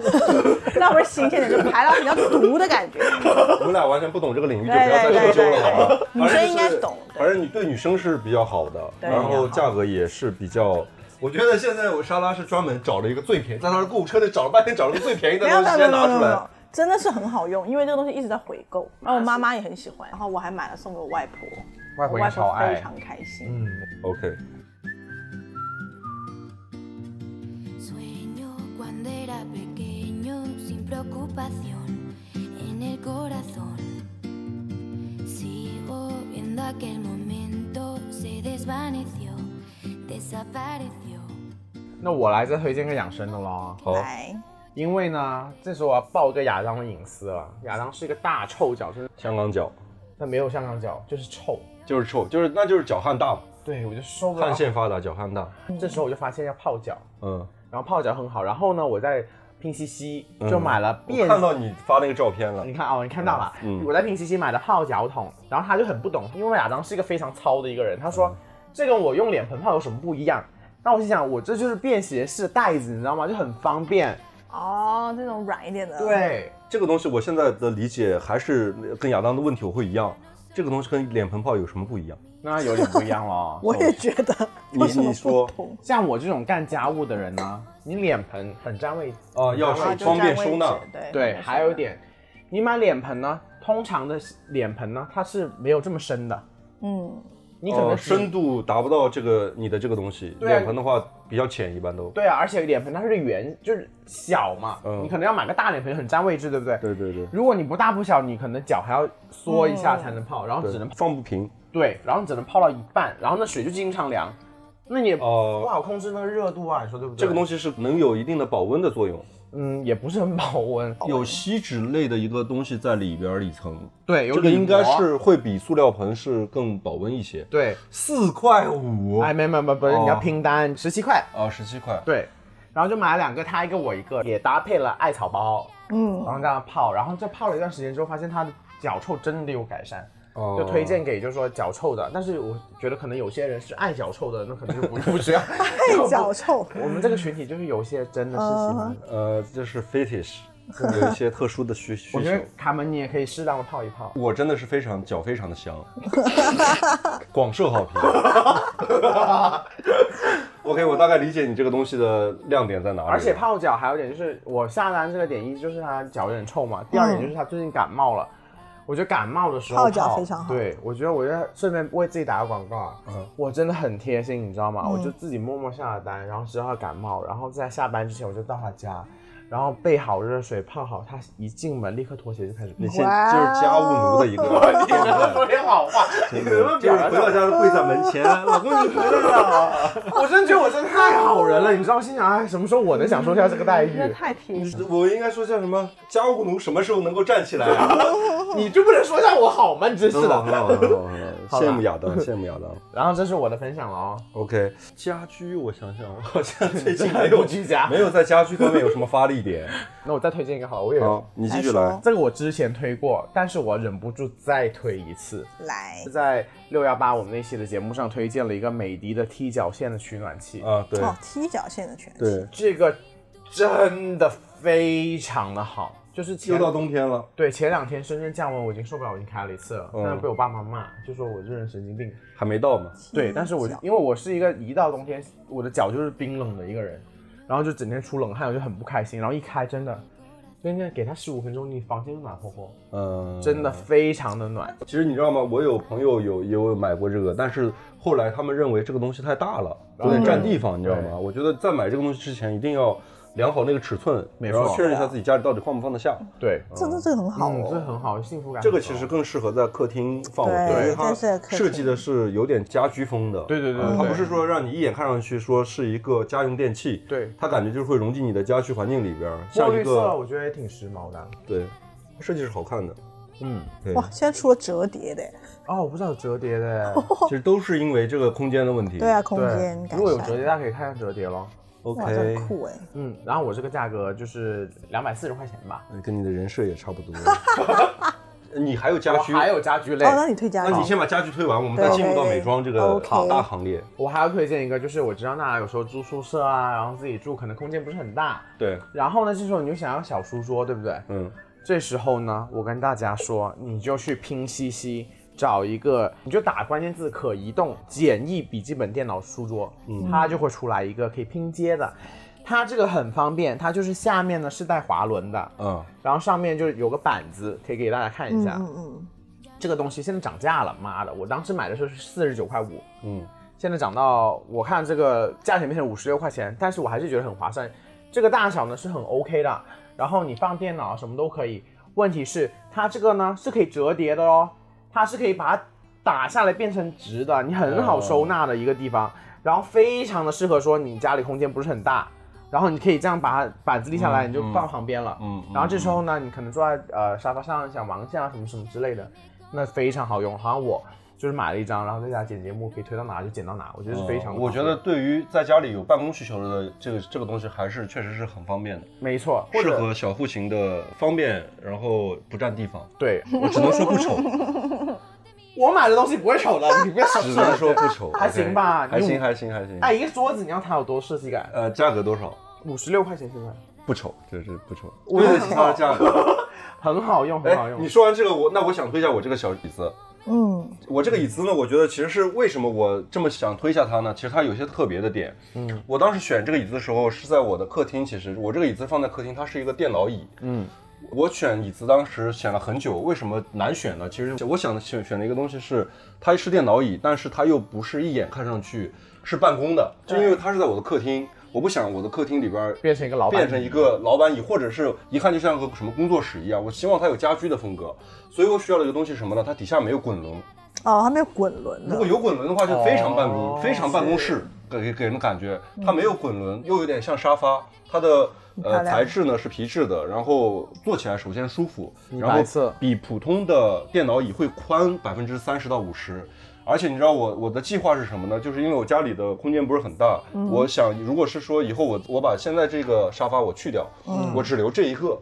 Speaker 3: 那不是新鲜的，就排到比较毒的 感觉。
Speaker 2: 我们俩完全不懂这个领域，就不
Speaker 3: 对
Speaker 2: 要再
Speaker 3: 对
Speaker 2: 深究
Speaker 3: 对
Speaker 2: 了，好吧？
Speaker 3: 对对女生
Speaker 2: 反正就是
Speaker 3: 应该懂对
Speaker 2: 反正你对女生是比较好的，
Speaker 3: 对
Speaker 2: 然后价格也是比较。 我觉得现在我莎拉是专门找了一个最便宜，在她的购物车里找了半天，找了个最便宜的
Speaker 3: 没有
Speaker 2: 东
Speaker 3: 没
Speaker 2: 西，
Speaker 3: 有
Speaker 2: 直
Speaker 3: 没
Speaker 2: 接
Speaker 3: 有没
Speaker 2: 拿
Speaker 3: 有
Speaker 2: 出
Speaker 3: 没
Speaker 2: 来
Speaker 3: 有。，真的是很好用，因为这个东西一直在回购，然后我妈妈也很喜欢，然后我还买了送给我外婆，
Speaker 1: 外婆
Speaker 3: 我
Speaker 1: 也
Speaker 3: 外
Speaker 1: 超
Speaker 3: 婆
Speaker 1: 爱
Speaker 3: 非。常开心。
Speaker 2: OK，
Speaker 6: Sueño cuando era pequeño sin preocupación en el corazón. Sigo viendo aquel momento, se desvaneció, desapareció.
Speaker 1: 那我来再推荐个养生的喽，
Speaker 2: 好，
Speaker 3: 来，
Speaker 1: 因为呢，这时候我要爆一个亚当的隐私了。亚当是一个大臭脚，就是
Speaker 2: 香港脚
Speaker 1: 但没有香港脚，就是臭。
Speaker 2: 就是臭，就是那就是脚汗大嘛，
Speaker 1: 对，我就受不了
Speaker 2: 汗。腺发达，脚汗大。
Speaker 1: 这时候我就发现要泡脚，
Speaker 2: 嗯，
Speaker 1: 然后泡脚很好。然后呢，我在拼夕夕就买了
Speaker 2: 嗯我
Speaker 1: 变
Speaker 2: 看到你发那个照片了
Speaker 1: 你。看哦，你看到了，
Speaker 2: 嗯
Speaker 1: 我在拼夕夕买的泡脚桶，然后他就很不懂，因为亚当是一个非常糙的一个人，他说、这跟我用脸盆泡有什么不一样？那我心想，我这就是便携式袋子，你知道吗？就很方便。
Speaker 3: 哦，这种软一点的，，
Speaker 1: 对，
Speaker 2: 这个东西我现在的理解还是跟亚当的问题我会一样，这个东西跟脸盆泡有什么不一样？
Speaker 1: 那有点不一 样了。啊哦
Speaker 3: 我也觉得
Speaker 2: 你
Speaker 3: 有什么
Speaker 2: 你说
Speaker 3: 不同？
Speaker 1: 像我这种干家务的人呢，你脸盆很占位置，
Speaker 2: 啊，要
Speaker 3: 然后
Speaker 2: 是
Speaker 3: 就
Speaker 2: 方便
Speaker 3: 占位
Speaker 2: 收纳
Speaker 3: 置，对
Speaker 1: 对，
Speaker 3: 方便
Speaker 1: 还
Speaker 3: 收
Speaker 1: 有
Speaker 3: 纳
Speaker 1: 一点，你买脸盆呢，通常的脸盆呢，它是没有这么深的，
Speaker 3: 嗯，
Speaker 1: 你可能、
Speaker 2: 哦深。度达不到这个你的这个东西。
Speaker 1: 对啊
Speaker 2: 脸盆的话比较浅，一般都。
Speaker 1: 对啊，而且脸盆它是圆，就是小嘛，
Speaker 2: 嗯
Speaker 1: 你可能要买个大脸盆，很占位置，对不对？
Speaker 2: 对对对，
Speaker 1: 如果你不大不小，你可能脚还要缩一下才能泡，然后
Speaker 2: 对
Speaker 1: 只能泡
Speaker 2: 放不平。
Speaker 1: 对，然后你只能泡到一半，然后那水就经常凉，那你也不
Speaker 2: 哦
Speaker 1: 好控制那个热度啊，你说对不对？
Speaker 2: 这个东
Speaker 1: 西，
Speaker 2: 西是能有一定的保温的作用，
Speaker 1: 嗯，也不是很保温，
Speaker 2: 有锡纸类的一个东西在里边儿一层，
Speaker 1: 对，有
Speaker 2: 这个
Speaker 1: 铝
Speaker 2: 应该
Speaker 1: 箔
Speaker 2: 是会比塑料盆是更保温一些。
Speaker 1: 对，
Speaker 2: 四块五
Speaker 1: 哎，没没没，不是，
Speaker 2: 哦
Speaker 1: 你要拼单，十七块，
Speaker 2: 啊，十七块。
Speaker 1: 对，然后就买了两个，他一个我一个，也搭配了艾草包，嗯，然后这样泡，然后这泡了一段时间之后，发现他的脚臭真的有改善。
Speaker 2: 哦
Speaker 1: 就推荐给就是说脚臭的，但是我觉得可能有些人是爱脚臭的，那可能就不 不需要。
Speaker 3: 太脚臭，
Speaker 1: 我们这个群体就是有些真的是
Speaker 3: 哦
Speaker 1: 喜欢的，
Speaker 2: 呃，这是 fetish，有一些特殊的需需
Speaker 1: 我觉得
Speaker 2: 求。
Speaker 1: 卡门你也可以适当的泡一泡。
Speaker 2: 我真的是非常脚非常的 香，广受好评。OK，我大概理解你这个东西的亮点在哪里了。
Speaker 1: 而且泡脚还有一点就是，我下单这个点一就是他脚有点臭
Speaker 3: 嗯
Speaker 1: 嘛，第二点就是他最近感冒了。我觉得感冒的时候
Speaker 3: 泡脚非常好
Speaker 1: 对，我觉得我要顺便为自己打个广告啊，我真的很贴心，你知道
Speaker 3: 嗯
Speaker 1: 吗？我就自己默默下了单，然后知道他感冒，然后在下班之前我就到他家，然后备好热水泡好，他一进门立刻脱鞋就开始
Speaker 2: 你
Speaker 1: 变
Speaker 2: 现就是家务奴的一个
Speaker 1: 你能说点好话，你能不
Speaker 2: 就
Speaker 1: 能表
Speaker 2: 是
Speaker 1: 达
Speaker 2: 回到家跪在门前， 老公你回来了。
Speaker 1: 我真觉得我真的太好人 了，你知道，心想哎，什么时候我能享受一下这个待遇？
Speaker 3: 那太贴心了。
Speaker 2: 我应该说叫什么？家务奴什么时候能够站起来啊？
Speaker 1: 你就不能说一下我好吗？你真是
Speaker 2: 很好很
Speaker 1: 的。
Speaker 2: 好很好很好
Speaker 1: 好啦
Speaker 2: 羡慕亚当，羡慕亚当。
Speaker 1: 然后这是我的分享了哦。
Speaker 2: OK，家居，我想想，我好像最近没有
Speaker 1: 不居家
Speaker 2: 没有在家居方面有什么发力点。
Speaker 1: 啊那我再推荐一个好了，我也有
Speaker 2: 好，你继
Speaker 3: 来
Speaker 2: 续
Speaker 3: 说
Speaker 2: 来。
Speaker 1: 这个我之前推过，但是我忍不住再推一次。
Speaker 3: 来
Speaker 1: 是，在六幺八我们那期的节目上推荐了一个美的的踢脚线的取暖器，
Speaker 2: 啊，对
Speaker 3: 哦，踢脚线的拳击，
Speaker 2: 对，
Speaker 1: 这个真的非常的好，就是
Speaker 2: 又
Speaker 1: 前
Speaker 2: 到冬天了，
Speaker 1: 对前两天深圳降温，我已经受不了，我已经开了一次了，
Speaker 2: 嗯
Speaker 1: 但是被我爸妈骂，就说我这人神经病。
Speaker 2: 还没到嘛。
Speaker 3: 踢
Speaker 1: 对，但是我
Speaker 3: 脚
Speaker 1: 因为我是一个一到冬天我的脚就是冰冷的一个人，然后就整天出冷汗，我就很不开心。然后一开真的，真的给它十五分钟，你房间就暖和和，
Speaker 2: 嗯，
Speaker 1: 真的非常的暖。
Speaker 2: 其实你知道吗？我有朋友有也有买过这个，但是后来他们认为这个东西太大了，
Speaker 3: 嗯
Speaker 2: 有点占地方，你知道吗？我觉得在买这个东西之前，一定要量好那个尺寸，
Speaker 1: 没
Speaker 2: 然后
Speaker 1: 错
Speaker 2: 确认一下自己家里到底放不放得下。
Speaker 1: 对，
Speaker 3: 这这这个很好
Speaker 1: 嗯，这
Speaker 3: 哦，
Speaker 1: 很好，幸福感很高。
Speaker 2: 这个其实更适合在客厅放，
Speaker 3: 对
Speaker 2: 我觉得因为它
Speaker 3: 这是客厅
Speaker 2: 设计的是有点家居风的，
Speaker 1: 对对对
Speaker 2: 嗯它
Speaker 1: 对
Speaker 2: 不是说让你一眼看上去说是一个家用电器，
Speaker 1: 对
Speaker 2: 它感觉就是会融进你的家居环境里边儿，
Speaker 1: 墨
Speaker 2: 像一
Speaker 1: 绿色，
Speaker 2: 个
Speaker 1: 我觉得也挺时髦的。
Speaker 2: 对，设计是好看的，
Speaker 1: 嗯，
Speaker 2: 对，
Speaker 3: 哇，现在出了折叠的，
Speaker 1: 哦，我不知道有折叠的，
Speaker 2: 其实都是因为这个空间的问题，
Speaker 3: 对啊，空
Speaker 1: 对
Speaker 3: 间，改
Speaker 1: 如果有
Speaker 3: 善
Speaker 1: 折叠，大家可以看看折叠咯。
Speaker 3: 哇，
Speaker 2: ，OK，
Speaker 3: 这很酷哎，
Speaker 1: 嗯，然后我这个价格就是两百四十块钱吧。
Speaker 2: 呃跟你的人设也差不多。 你还有家
Speaker 1: 我
Speaker 2: 居，
Speaker 1: 还有家居类
Speaker 3: 哦，，那你推家
Speaker 2: 那你
Speaker 3: 具，
Speaker 2: 先把家居推完，我们再
Speaker 3: 对
Speaker 2: 进入到
Speaker 3: 对
Speaker 2: 美
Speaker 3: 对
Speaker 2: 妆这个
Speaker 3: OK
Speaker 2: 大大行列。
Speaker 1: 我还要推荐一个，就是我知道大家有时候住宿舍啊，然后自己住可能空间不是很大，
Speaker 2: 对，
Speaker 1: 然后呢，这时候你就想要小书桌，对不对？
Speaker 2: 嗯，
Speaker 1: 这时候呢，我跟大家说，你就去拼夕夕找一个，你就打关键字“可移动简易笔记本电脑书桌”，它就会出来一个可以拼接的。它这个很方便，它就是下面呢是带滑轮的，
Speaker 2: 嗯，
Speaker 1: 然后上面就是有个板子，可以给大家看一
Speaker 3: 嗯
Speaker 1: 下。
Speaker 3: 嗯嗯，
Speaker 1: 这个东西现在涨价了，妈的！我当时买的时候是四十九块五，
Speaker 2: 嗯，
Speaker 1: 现在涨到我看这个价钱变成五十六块钱，但是我还是觉得很划算。这个大小呢是很 OK 的，然后你放电脑什么都可以。问题是它这个呢是可以折叠的哦，它是可以把它打下来变成直的，你很好收纳的一个地方，然后非常的适合说你家里空间不是很大。然后你可以这样把它板子立下来，你就放旁边了。
Speaker 2: 嗯嗯
Speaker 1: 然后这时候呢，你可能坐在呃沙发上想玩一下什么什么之类的，那非常好用。好像我就是买了一张，然后在家剪节目，可以推到哪就剪到哪，我觉得是非常的方
Speaker 2: 哦
Speaker 1: 便、
Speaker 2: 我觉得对于在家里有办公需求的这个这个东西，还是确实是很方便的，
Speaker 1: 没错，或
Speaker 2: 适
Speaker 1: 者
Speaker 2: 合小户型的，方便，然后不占地 方。
Speaker 1: 对
Speaker 2: 我只能说不丑，
Speaker 1: 我买的东西不会丑的，你不要小
Speaker 2: 只
Speaker 1: 气。
Speaker 2: 能说不丑，
Speaker 1: 还
Speaker 2: OK
Speaker 1: 行吧
Speaker 2: 还
Speaker 1: 你
Speaker 2: 行还行还行。
Speaker 1: 哎，，一个桌子你要它有多设计感？
Speaker 2: 呃，价格多少？
Speaker 1: 五十六块钱现在，
Speaker 2: 不丑，这是不丑，
Speaker 1: 我
Speaker 2: 对得起它的价格。
Speaker 1: 很好用，很好
Speaker 2: 哎，
Speaker 1: 用。
Speaker 2: 你说完这个，我那我想推一下我这个小椅子。
Speaker 3: 嗯，
Speaker 2: 我这个椅子呢，我觉得其实是为什么我这么想推一下它呢？其实它有些特别的点。嗯，我当时选这个椅子的时候是在我的客厅，其实我这个椅子放在客厅，它是一个电脑椅。
Speaker 1: 嗯，
Speaker 2: 我选椅子当时选了很久，为什么难选呢？其实我想的选选的一个东西是，它是电脑椅，但是它又不是一眼看上去是办公的，就因为它是在我的客厅，我不想我的客厅里边儿
Speaker 1: 变成一个老板
Speaker 2: 变成一个老板椅，或者是一看就像个什么工作室一样。我希望它有家居的风格，所以我需要的一个东西是什么呢？它底下没有滚轮。
Speaker 3: 哦，它没有滚轮
Speaker 2: 如果
Speaker 3: 的，
Speaker 2: 有滚轮的话，就非常办公，
Speaker 1: 哦
Speaker 2: 非常办公室，给给人的感觉。它没有滚轮，又有点像沙发。它的
Speaker 3: 漂
Speaker 2: 呃
Speaker 3: 亮
Speaker 2: 材质呢是皮质的，然后坐起来首先舒服，
Speaker 1: 米
Speaker 2: 然
Speaker 1: 白
Speaker 2: 后
Speaker 1: 色
Speaker 2: 比普通的电脑椅会宽百分之三十到五十。而且你知道我我的计划是什么呢？就是因为我家里的空间不是很大，我想如果是说以后我我把现在这个沙发我去掉，我只留这一个。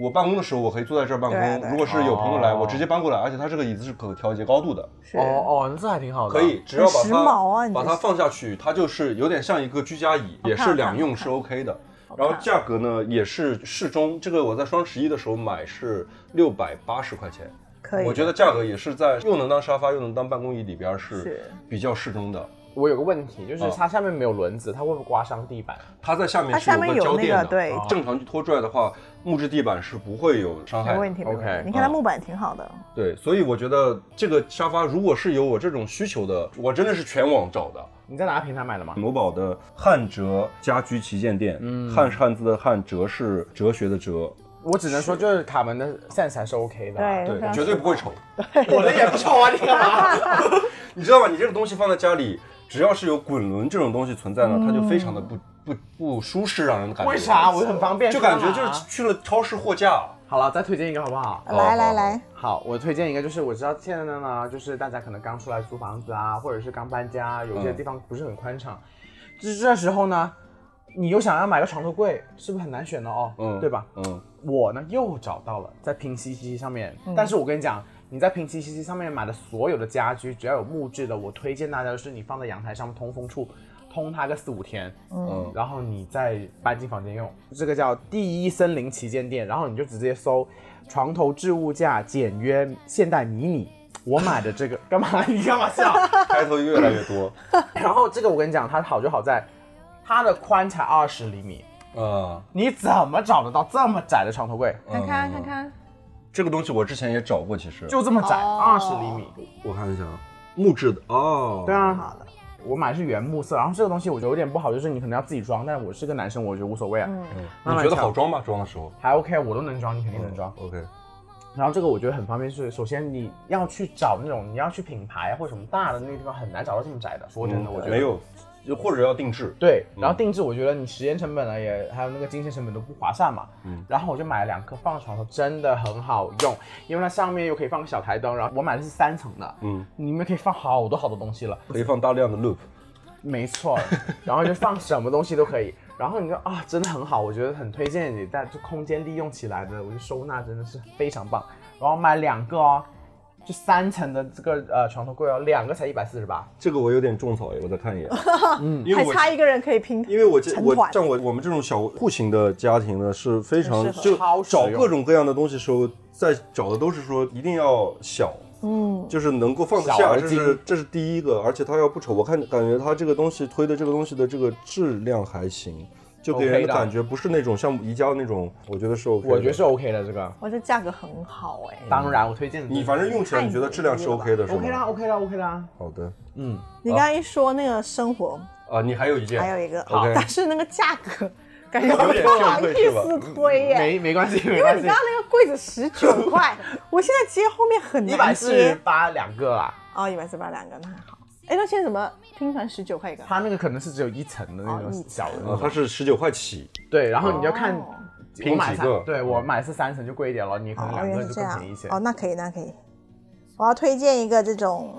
Speaker 2: 我办公的时候，我可以坐在这儿办
Speaker 3: 对
Speaker 2: 公。
Speaker 3: 对
Speaker 2: 如果是有朋友来，
Speaker 1: 哦
Speaker 2: 我直接搬过来，而且它这个椅子是可调节高度的。
Speaker 3: 是
Speaker 1: 哦哦，那这还挺好的。
Speaker 2: 可以，，只要把
Speaker 3: 时
Speaker 2: 它、
Speaker 3: 髦啊你
Speaker 2: 把
Speaker 3: 这
Speaker 2: 它
Speaker 3: 是
Speaker 2: 放下去，它就是有点像一个居家椅，也
Speaker 3: 好
Speaker 2: 是
Speaker 3: 看
Speaker 2: 两用是 OK 的。哦然后价格呢也是适中，这个我在双十一的时候买是六百八十块钱，
Speaker 3: 可以，
Speaker 2: 我觉得价格也是在又能当沙发又能当办公椅里边
Speaker 3: 是
Speaker 2: 是比较适中的。
Speaker 1: 我有个问题，就是
Speaker 2: 哦
Speaker 1: 它下面没有轮子，它会不会刮伤地板？
Speaker 2: 它在下面
Speaker 3: 它
Speaker 2: 是
Speaker 3: 下
Speaker 2: 有
Speaker 3: 面
Speaker 2: 个
Speaker 3: 有
Speaker 2: 胶
Speaker 3: 那
Speaker 2: 垫的，
Speaker 3: 个
Speaker 2: 啊
Speaker 3: 对，
Speaker 2: 正常去拖拽的话，木质地板是不会有伤害
Speaker 3: 没
Speaker 2: 的。
Speaker 3: 问题，没问
Speaker 1: OK，
Speaker 3: 题，你
Speaker 2: 嗯
Speaker 3: 看它木板挺好的，
Speaker 2: 对，所以我觉得这个沙发如果是有我这种需求的，我真的是全网找的。
Speaker 1: 你在哪个平台买的吗？
Speaker 2: 某宝的汉哲家居旗舰店，汉是汉字的汉，哲是哲学的哲，
Speaker 1: 我只能说，就是卡门的 sense 还是 OK 的啊。
Speaker 3: 对非常
Speaker 2: 绝对不会丑。
Speaker 1: 我的也不丑啊，你干嘛？
Speaker 2: 你知道吗？你这个东西放在家里，只要是有滚轮这种东西存在呢，它就非常的不不不舒适，让人感觉。
Speaker 1: 为啥？我很方便。
Speaker 2: 就感觉就
Speaker 1: 干嘛
Speaker 2: 是去了超市货架，
Speaker 1: 好了，再推荐一个好不好？
Speaker 3: 来
Speaker 2: 哦
Speaker 3: 来来，
Speaker 1: 好，我推荐一个，就是我知道现在呢，就是大家可能刚出来租房子啊，或者是刚搬家，有些
Speaker 2: 嗯
Speaker 1: 地方不是很宽敞，这这时候呢，你又想要买个床头柜，是不是很难选的哦？
Speaker 2: 嗯，
Speaker 1: 对吧？
Speaker 2: 嗯，
Speaker 1: 我呢又找到了，在拼夕夕上面，但是我跟你讲。你在拼夕夕上面买的所有的家居，只要有木质的，我推荐大家就是你放在阳台上面通风处，通它个四五天，
Speaker 2: 嗯
Speaker 1: 然后你再搬进房间用。这个叫第一森林旗舰店，然后你就直接搜床头置物架简约现代迷你。我买的这个干嘛？你干嘛笑？
Speaker 2: 开头越来越多
Speaker 1: 然后这个我跟你讲，它好就好在它的宽才二十厘米，
Speaker 2: 啊。
Speaker 1: 你怎么找得到这么窄的床头柜？
Speaker 3: 看看看看，
Speaker 2: 嗯这个东西我之前也找过，其实
Speaker 1: 就这么窄，
Speaker 3: 哦
Speaker 1: 二十厘米。
Speaker 2: 我看一下，木质的哦，
Speaker 1: 对，啊，好的。我买的是原木色，然后这个东西我觉得有点不好，就是你可能要自己装，但是我是个男生，我觉得无所谓啊，
Speaker 2: 嗯你觉得好装吗？装的时候
Speaker 1: 还 OK，我都啊能装，你肯定
Speaker 2: 嗯
Speaker 1: 能嗯装。
Speaker 2: ，OK，
Speaker 1: 然后这个我觉得很方便是，首先你要去找那种你要去品牌或什么大的那个地方很难找到这么窄的，说真的，我觉得
Speaker 2: 嗯没。有，嗯就或者要定制，
Speaker 1: 对，然后定制我觉得你时间成本呢也还有那个金钱成本都不划算嘛，
Speaker 2: 嗯
Speaker 1: 然后我就买了两颗放在床头，真的很好用，因为它上面又可以放个小台灯，然后我买的是三层的，
Speaker 2: 嗯，
Speaker 1: 里面可以放好多好多东西了，
Speaker 2: 可以放大量的 loop，
Speaker 1: 没 错，然后就放什么东西都可以。然后你就啊，真的很好，我觉得很推荐你，但就空间利用起来的，我觉得收纳真的是非常棒。然后买两个哦，就三层的这个呃床头柜哦，两个才一百四十八，
Speaker 2: 这个我有点种草哎，我再 看一眼，嗯，因为
Speaker 3: 还
Speaker 2: 我
Speaker 3: 差一个人可以拼，
Speaker 2: 因为我这
Speaker 3: 成
Speaker 2: 我
Speaker 3: 团
Speaker 2: 像我我们这种小户型的家庭呢，是非常
Speaker 3: 很适合
Speaker 2: 就
Speaker 1: 超实
Speaker 2: 找
Speaker 1: 用
Speaker 2: 各种各样的东西时候，在找的都是说一定要小，嗯，就是能够放得
Speaker 1: 小
Speaker 2: 下，
Speaker 1: 而
Speaker 2: 这
Speaker 1: 精
Speaker 2: 是这是第一个，而且它要不丑，我看感觉它这个东西推的这个东西的这个质量还行，就给
Speaker 1: OK
Speaker 2: 人的
Speaker 1: 的
Speaker 2: 感觉不是那种像宜家那种，我觉得是 OK，的
Speaker 1: 我觉得是 OK 的这个。
Speaker 3: 我觉得价格很好哎，
Speaker 1: 当然，我推荐
Speaker 2: 你反正用起来你觉得质量是 OK 的，是
Speaker 1: OK 啦
Speaker 2: 吗？
Speaker 1: ，OK 啦，OK 啦。
Speaker 2: 好的，
Speaker 3: 你刚才一说那个生活，
Speaker 2: 啊，你还有一件，
Speaker 3: 还有一个，
Speaker 2: OK
Speaker 3: 但是那个价 格感觉
Speaker 2: 有点
Speaker 3: 不好
Speaker 2: 羞愧
Speaker 3: 意
Speaker 2: 是吧嗯
Speaker 3: 思推耶，
Speaker 1: 没没关系，没
Speaker 3: 因为
Speaker 1: 关
Speaker 3: 你
Speaker 1: 系
Speaker 3: 刚。刚那个柜子十 九块，我现在接后面很
Speaker 1: 一百
Speaker 3: 难
Speaker 1: 四十
Speaker 3: 接
Speaker 1: 八两个啊啦，
Speaker 3: 哦，一百四八两个那还好。哎，那现在怎么拼团十九块一个？
Speaker 1: 它那个可能是只有一层的那
Speaker 3: 哦一
Speaker 1: 种
Speaker 3: 层
Speaker 1: 小的那
Speaker 2: 啊，它
Speaker 1: 种。
Speaker 2: 是十九块起，
Speaker 1: 对，然后你就看
Speaker 3: 哦
Speaker 2: 拼
Speaker 1: 我买
Speaker 2: 几
Speaker 1: 三
Speaker 2: 个
Speaker 1: 对我买是三层就贵一点了，你可能
Speaker 3: 哦，
Speaker 1: 两
Speaker 3: 原
Speaker 1: 个
Speaker 3: 来是
Speaker 1: 就
Speaker 3: 这
Speaker 1: 更
Speaker 3: 样
Speaker 1: 便宜一些。
Speaker 3: 哦，那可以，那可以。我要推荐一个这种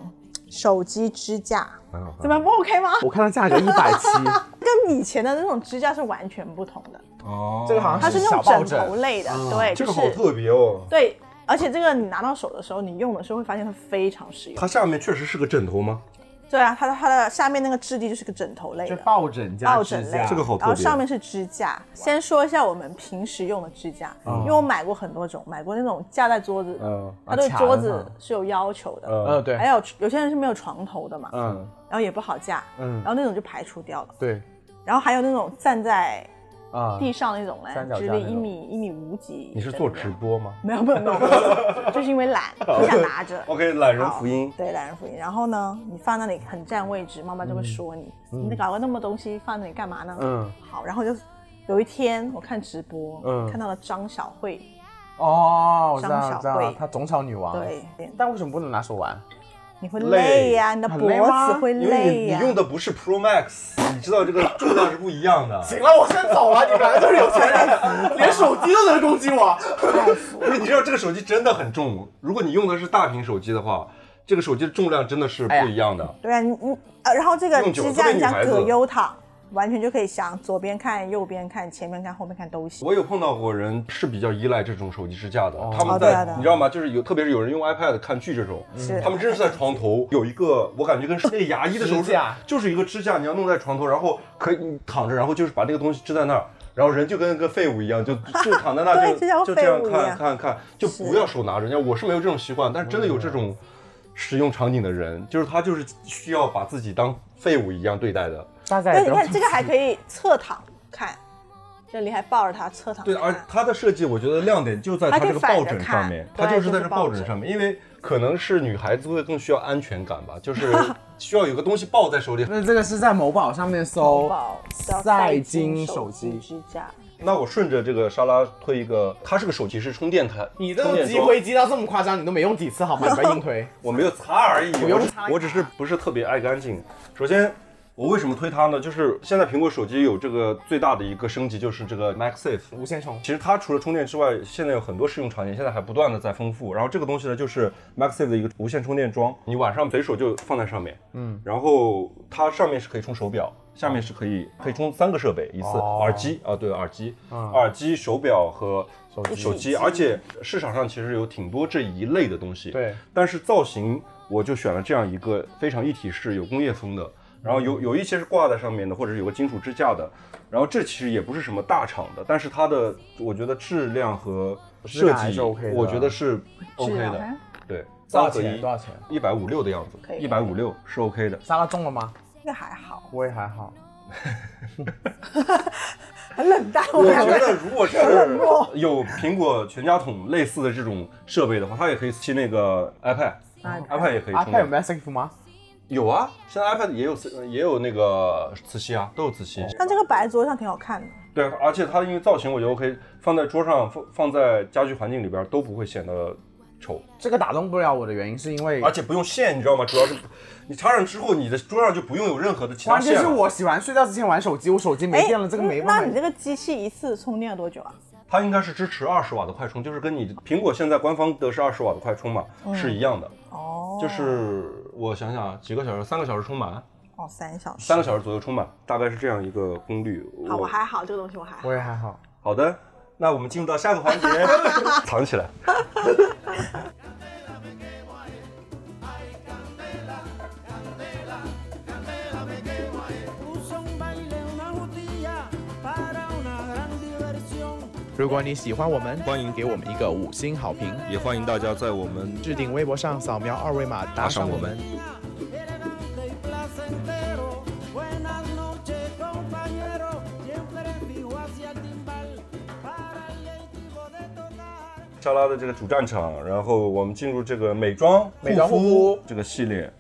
Speaker 3: 手机支架，
Speaker 2: 蛮好看的
Speaker 3: 怎么不 OK 吗？
Speaker 1: 我看到价格一百七，
Speaker 3: 跟以前的那种支架是完全不同的，
Speaker 2: 哦
Speaker 1: 这个好像
Speaker 3: 它是那
Speaker 1: 小
Speaker 3: 种
Speaker 1: 抱
Speaker 3: 枕
Speaker 1: 枕嗯
Speaker 3: 头类的，对，
Speaker 2: 这
Speaker 3: 哎就
Speaker 2: 个好
Speaker 3: 是
Speaker 2: 特别哦。
Speaker 3: 对，而且这个你拿到手的时候，你用的时候会发现它非常实用
Speaker 2: 它。下面确实是个枕头吗？
Speaker 3: 对啊，它的它的下面那个质地就是个枕头类
Speaker 1: 就
Speaker 3: 的，
Speaker 1: 抱枕加
Speaker 3: 抱
Speaker 1: 支
Speaker 3: 枕类
Speaker 1: 架，，
Speaker 2: 这个好特别
Speaker 3: 然后上面是支架。先说一下我们平时用的支架，
Speaker 1: 嗯
Speaker 3: 因为我买过很多种，买过那种架在桌子，
Speaker 2: 嗯
Speaker 3: 它对桌
Speaker 1: 卡呃的
Speaker 3: 子
Speaker 1: 那
Speaker 3: 是有要求的，
Speaker 1: 呃对
Speaker 3: 还，有有些人是没有床头的嘛，
Speaker 1: 嗯
Speaker 3: 然后也不好架，
Speaker 1: 嗯
Speaker 3: 然后那种就排除掉了。
Speaker 1: 对
Speaker 3: 然后还有那种站在
Speaker 1: 啊，
Speaker 3: 地上那种嘞
Speaker 1: 三，角
Speaker 3: 直
Speaker 1: 架那
Speaker 3: 立
Speaker 1: 种
Speaker 3: 一米一米五几。
Speaker 2: 你是做直？播吗
Speaker 3: 没有没有没有没 有，就是因为懒， 不想拿着。
Speaker 2: ？OK，懒人
Speaker 3: 好
Speaker 2: 福音，
Speaker 3: 对，懒人福音。然后呢，你放那里很占位置，妈妈就
Speaker 2: 嗯
Speaker 3: 会说你，你搞个那么东西放那里干嘛呢？
Speaker 1: 嗯
Speaker 3: 好，然后就有一天我看直播，
Speaker 1: 嗯
Speaker 3: 看到了张小慧，
Speaker 1: 哦，我知道
Speaker 3: 张小
Speaker 1: 我知道，
Speaker 3: 慧
Speaker 1: 她总草女王，，
Speaker 3: 对，
Speaker 1: 但为什么不能拿手玩？
Speaker 3: 你会
Speaker 2: 啊累
Speaker 3: 累呀、你的
Speaker 1: 很
Speaker 3: 脖
Speaker 1: 累吗
Speaker 3: 子会
Speaker 2: 因为
Speaker 3: 累
Speaker 2: 你
Speaker 3: 呀、
Speaker 2: 你用的不是 Pro Max，你知道这个重量是不一样 的。
Speaker 1: 行了，我先走了，你们来就是有钱人，连手机都能攻击我。
Speaker 2: 因为你知道这个手机真的很重，如果你用的是大屏手机的话，这个手机的重量真的是不一样的。
Speaker 3: 对啊，你你呃，然后这个
Speaker 2: 用久了
Speaker 3: 支架
Speaker 2: 特别
Speaker 3: 你
Speaker 2: 女
Speaker 3: 讲
Speaker 2: 孩子
Speaker 3: 葛优躺，完全就可以想左边看、右边看、前面看、后面看都行。
Speaker 2: 我有碰到过人是比较依赖这种手机支架的，他们
Speaker 3: 哦对
Speaker 2: 在
Speaker 3: 啊对啊
Speaker 2: 你知道吗？就是有，特别是有人用 iPad 看剧这种，
Speaker 3: 是
Speaker 2: 他们真是在床头有一个，我感觉跟那牙医的时候
Speaker 1: 支架
Speaker 2: 就是一个支架，你要弄在床头，然后可以你躺着，然后就是把这个东西支在那儿。然后人就跟个废物一样，就 就躺在那
Speaker 3: 对
Speaker 2: 就
Speaker 3: 就像
Speaker 2: 就这样
Speaker 3: 废物一
Speaker 2: 看
Speaker 3: 样
Speaker 2: 看看，就不要手拿着。你看我是没有这种习惯，但是真的有这种使用场景的人，就是他就是需要把自己当废物一样对待的。
Speaker 1: 大家也
Speaker 3: 对，
Speaker 1: 不
Speaker 3: 你
Speaker 1: 用
Speaker 3: 看这个还可以侧躺看，就你还抱着它侧躺看。
Speaker 2: 对，而它的设计，我觉得亮点就在它
Speaker 3: 还可以
Speaker 2: 这个抱
Speaker 3: 反
Speaker 2: 枕
Speaker 3: 着看
Speaker 2: 上面，
Speaker 3: 对
Speaker 2: 它就是在
Speaker 3: 就是
Speaker 2: 这
Speaker 3: 抱
Speaker 2: 抱
Speaker 3: 枕
Speaker 2: 枕上面，因为可能是女孩子会更需要安全感吧，就是 需要有个东西抱在手里。
Speaker 1: 那这个是在某宝上面搜
Speaker 3: 宝
Speaker 1: 赛金手
Speaker 3: 机
Speaker 1: 机，
Speaker 3: 支架，
Speaker 2: 那我顺着这个沙拉推一个，它是个手提式充电台，
Speaker 1: 你
Speaker 2: 充
Speaker 1: 都
Speaker 2: 电
Speaker 1: 积
Speaker 2: 桩
Speaker 1: 灰积到这么夸张，你都没用几次好吗？你不要硬推。
Speaker 2: 我没有擦而已，
Speaker 1: 不用
Speaker 2: 我只我只是不是特别爱干净。首先，我为什么推它呢？就是现在苹果手机有这个最大的一个升级，就是这个 MagSafe
Speaker 1: 无线充。
Speaker 2: 其实它除了充电之外，现在有很多适用场景，现在还不断的在丰富。然后这个东西呢，就是 MagSafe 的一个无线充电桩，你晚上随手就放在上面，嗯，然后它上面是可以充手表，下面是可以可以充三个设备一次，
Speaker 1: 哦
Speaker 2: 耳机啊，对，耳机，
Speaker 1: 嗯
Speaker 2: 耳机、手表和手
Speaker 3: 机
Speaker 2: 手机，而且市场上其实有挺多这一类的东西，
Speaker 1: 对，
Speaker 2: 但是造型我就选了这样一个非常一体式、有工业风的，然后有有一些是挂在上面的，或者是有个金属支架的，然后这其实也不是什么大厂的，但是它的我觉得质量和
Speaker 1: 质
Speaker 2: 设
Speaker 1: 感还
Speaker 2: 计，
Speaker 1: 是 OK 的啊
Speaker 2: 我觉得是 OK
Speaker 3: 质
Speaker 2: 的
Speaker 3: 量，
Speaker 2: 对，
Speaker 1: 多
Speaker 2: 三
Speaker 1: 少
Speaker 2: 合
Speaker 1: 钱？
Speaker 2: 一
Speaker 1: 多少钱？
Speaker 2: 一百五六的样
Speaker 3: 可
Speaker 2: 子，
Speaker 3: 以
Speaker 2: 一百五六是 OK 的。
Speaker 1: 沙拉中了吗？
Speaker 3: 那 还好，
Speaker 1: 我也还好。
Speaker 3: 很冷淡。
Speaker 2: 我
Speaker 3: 们两
Speaker 2: 觉
Speaker 3: 个
Speaker 2: 得如果是 有苹果全家桶类似的这种设备的话，它也可以吸那个 iPad，iPad、iPad 也可以充
Speaker 1: iPad 啊有
Speaker 2: 电。
Speaker 1: MagSafe 吗？
Speaker 2: 有啊，现在 iPad 也有磁也有那个磁吸啊，都有磁吸。
Speaker 3: 但这个摆在桌上挺好看的，
Speaker 2: 对，而且它因为造型我觉得 OK，放在桌上放放在家居环境里边都不会显得丑，
Speaker 1: 这个打动不了我的原因是因为
Speaker 2: 而，且不用线，你知道吗？主要是你插上之后，你的桌上就不用有任何的其他
Speaker 1: 关
Speaker 2: 线
Speaker 1: 键
Speaker 2: 了。
Speaker 1: 是我喜欢睡觉之前玩手机，我 手机没电了，这个没
Speaker 3: 嗯那
Speaker 1: 办
Speaker 3: 哎
Speaker 1: 法。
Speaker 3: 你这个机器一次充电多久啊？
Speaker 2: 它应该是支持二十瓦的快充，就是跟你苹果现在官方的是二十瓦的快充嘛、是一样的。
Speaker 3: 哦，
Speaker 2: 就是我想想，几个小时，三个小时充满，
Speaker 3: 哦三小时
Speaker 2: 三。个小时左右充满，大概是这样一个功率。
Speaker 3: 好，我还好，这个东西我还好。
Speaker 1: 我也还好。
Speaker 2: 好的，那我们进入到下个 环节，藏起来。
Speaker 1: 如果你喜欢我们，欢迎给我们一个五星好评。
Speaker 5: 也欢迎大家在我们
Speaker 1: 置顶微博上扫描二维码打赏我们。
Speaker 4: elegante y placentero. Buenas noches, compañero. Siempre fijo hacia el timbal para el equipo de total.
Speaker 2: 莎拉的这个主战场，然后我们进入这个美妆
Speaker 1: 美妆护肤
Speaker 2: 这个系列。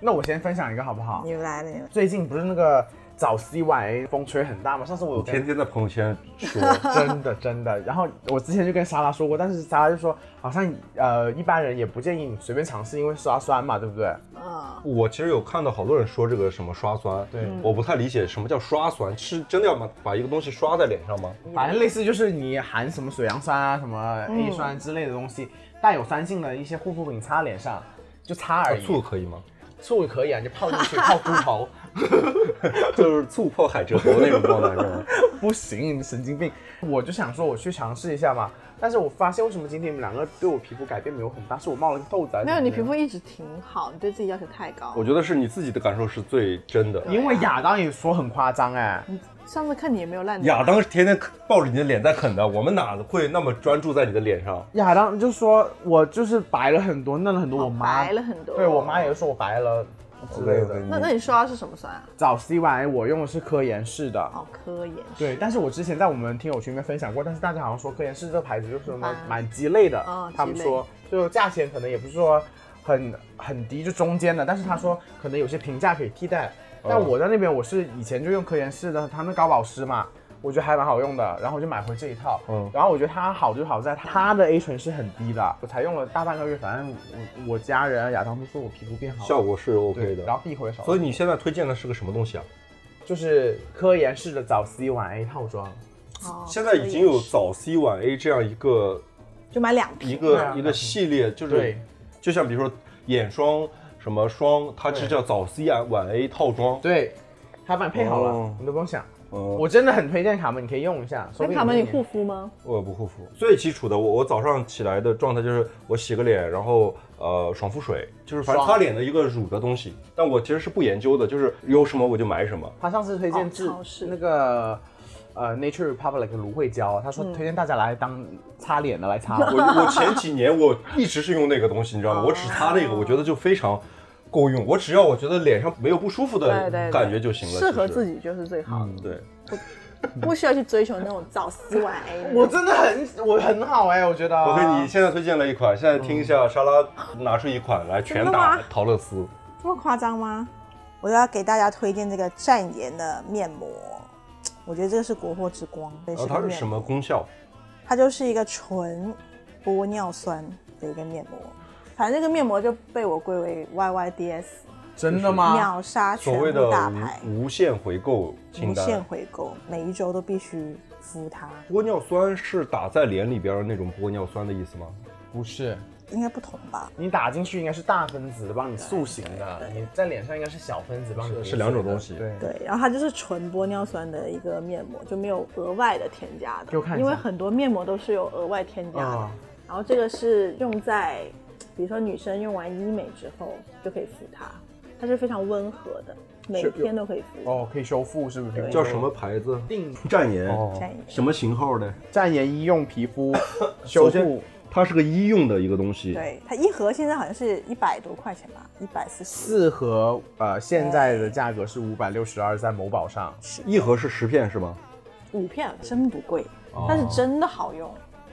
Speaker 1: 那我先分享一个好不好？
Speaker 3: 你来了，你来了。
Speaker 1: 最近不是那个早 C Y 风吹很大吗？上次我有跟
Speaker 2: 天天在朋友圈 说，
Speaker 1: 真的真的。然后我之前就跟莎拉说过，但是莎拉就说好像呃一般人也不建议你随便尝试，因为刷酸嘛，对不对？
Speaker 3: 嗯，
Speaker 2: 我其实有看到好多人说这个什么刷酸，
Speaker 1: 对
Speaker 2: 我不太理解什么叫刷酸，是真的要把把一个东西刷在脸上吗？
Speaker 1: 反正类似就是你含什么水杨酸啊、什么
Speaker 3: 嗯
Speaker 1: A 酸之类的东西，带有酸性的一些护肤品擦脸上，就擦而已。
Speaker 2: 哦醋可以 吗？
Speaker 1: 醋也可以啊，你就泡进去泡猪头，
Speaker 2: 就是醋泡海蜇头那种状态是 吗？
Speaker 1: 不行，你神经病。我就想说我去尝试一下嘛，但是我发现为什么今天你们两个对我皮肤改变没有很大，是我冒了个痘子还是怎么样？
Speaker 3: 没有，你皮肤一直挺好，你对自己要求太高。
Speaker 2: 我觉得是你自己的感受是最真的。
Speaker 1: 因为亚当也说很夸张哎，
Speaker 3: 上次看你也没有烂掉。
Speaker 2: 亚当是天天抱着你的脸在啃的，我们哪会那么专注在你的脸上？
Speaker 1: 亚当就说我就是白了很多，嫩了很多。我妈
Speaker 3: 哦白了很多。
Speaker 1: 对我妈也说我白了之类的。
Speaker 3: 那那你刷的是什么酸啊？
Speaker 1: 早 C Y 我用的是科颜氏的，
Speaker 3: 哦，科研。
Speaker 1: 对，但是我之前在我们听友群里面分享过，但是大家好像说科颜氏这个牌子就是什么
Speaker 3: 一般
Speaker 1: 蛮鸡肋的，
Speaker 3: 嗯
Speaker 1: 他们
Speaker 3: 鸡肋
Speaker 1: 说就价钱可能也不是说很很低，就中间的，但是他说可能有些平价可以替代。
Speaker 2: 哦
Speaker 1: 但我在那边我是以前就用科颜氏的，他们高保湿嘛，我觉得还蛮好用的，然后我就买回这一套。
Speaker 2: 嗯
Speaker 1: 然后我觉得它好就好在它的 A 醇是很低的，我才用了大半个月，反正我我家人啊亚当都说我皮肤变好了，
Speaker 2: 效果是
Speaker 1: 对
Speaker 2: OK 的。
Speaker 1: 然后闭回手，
Speaker 2: 所以你现在推荐的是个什么东西啊？
Speaker 1: 就是科颜氏的早 C 晚 A 套装。
Speaker 3: 哦
Speaker 2: 现在已经有早 C 晚 A 这样一个
Speaker 3: 就买两瓶。
Speaker 2: 一
Speaker 1: 对啊
Speaker 2: 个一个系列，就是
Speaker 1: 对
Speaker 2: 就像比如说眼霜什么霜，它是叫早 C 晚 A 套装。
Speaker 1: 对，他帮你配好了，
Speaker 2: 哦哎
Speaker 1: 你都不用想。
Speaker 2: 嗯，
Speaker 1: 我真的很推荐卡门，你可以用一下。说不
Speaker 3: 那
Speaker 1: 定
Speaker 3: 卡门，
Speaker 1: 明
Speaker 3: 你
Speaker 1: 年
Speaker 3: 护肤吗？
Speaker 2: 我不护肤，最基础的，我我早上起来的状态就是我洗个脸，然后呃爽肤水，就是反正
Speaker 1: 爽
Speaker 2: 擦脸的一个乳的东西。但我其实是不研究的，就是有什么我就买什么。
Speaker 1: 他上次推荐
Speaker 3: 哦
Speaker 1: 治、
Speaker 3: 超市
Speaker 1: 那个呃 Nature Republic 的芦荟胶，他说
Speaker 2: 嗯
Speaker 1: 推荐大家来当擦脸的来 擦。
Speaker 2: 我我前几年我一直是用那个东西，你知道吗？我只擦那个，我觉得就非常够用。我只要我觉得脸上没有不舒服的
Speaker 3: 对对，对
Speaker 2: 感觉就行了，
Speaker 3: 适合
Speaker 2: 其实
Speaker 3: 自。己就是最好的，
Speaker 2: 对，
Speaker 3: 不需要去追求那种早 C 晚 A。
Speaker 1: 我真的很我很好哎、我觉得。
Speaker 2: 我给
Speaker 3: 啊
Speaker 2: 你现在推荐了一款，现在听一下莎拉拿出一款来
Speaker 3: 嗯真
Speaker 2: 全
Speaker 3: 的
Speaker 2: 打
Speaker 3: 吗
Speaker 2: 陶乐斯。
Speaker 3: 这么夸张吗？我要给大家推荐这个战炎的面膜，我觉得这个是国货之光。对
Speaker 2: 然后
Speaker 3: 个
Speaker 2: 啊呃它是
Speaker 3: 面
Speaker 2: 什
Speaker 3: 膜
Speaker 2: 么功效？
Speaker 3: 它就是一个纯玻尿酸的一个面膜，反正这个面膜就被我归为 YYDS
Speaker 1: 真的吗？
Speaker 3: 秒杀全
Speaker 2: 啊所谓
Speaker 3: 部
Speaker 2: 的
Speaker 3: 大牌，
Speaker 2: 无无限回购清
Speaker 3: 无
Speaker 2: 单。
Speaker 3: 限回购，每一周都必须敷它，
Speaker 2: 玻尿酸是打在脸里边的那种玻尿酸的意思吗？
Speaker 1: 不是，
Speaker 3: 应该不同吧？
Speaker 1: 你打进去应该是大分子的帮你塑形的，你在脸上应该是小分子帮你
Speaker 2: 是
Speaker 1: 补
Speaker 2: 是两种
Speaker 1: 水的
Speaker 2: 东西
Speaker 1: 对，
Speaker 3: 对，然后它就是纯玻尿酸的一个面膜，就没有额外的添加的
Speaker 1: 给我看，一下
Speaker 3: 因为很多面膜都是有额外添加的。
Speaker 1: 啊
Speaker 3: 然后这个是用在，比如说女生用完医美之后就可以敷它，它是非常温和的，每
Speaker 1: 是
Speaker 3: 天都可以敷。
Speaker 1: 哦，可以修复是不是？
Speaker 3: 哦
Speaker 2: 叫什么牌子？
Speaker 1: 定
Speaker 2: 战研。
Speaker 1: 哦，
Speaker 3: 建议
Speaker 2: 什么型号的？
Speaker 1: 战研医用 皮肤
Speaker 2: 首
Speaker 1: 修复
Speaker 2: 先。它是个医用的一个东西。
Speaker 3: 对它一盒现在好像是一百多块钱吧，一百四十。
Speaker 1: 四盒，呃，现在的价格是五百六十二，在某宝上。
Speaker 2: 一盒是十片是吧？
Speaker 3: 五片真不贵，
Speaker 1: 哦
Speaker 3: 但是真的好用。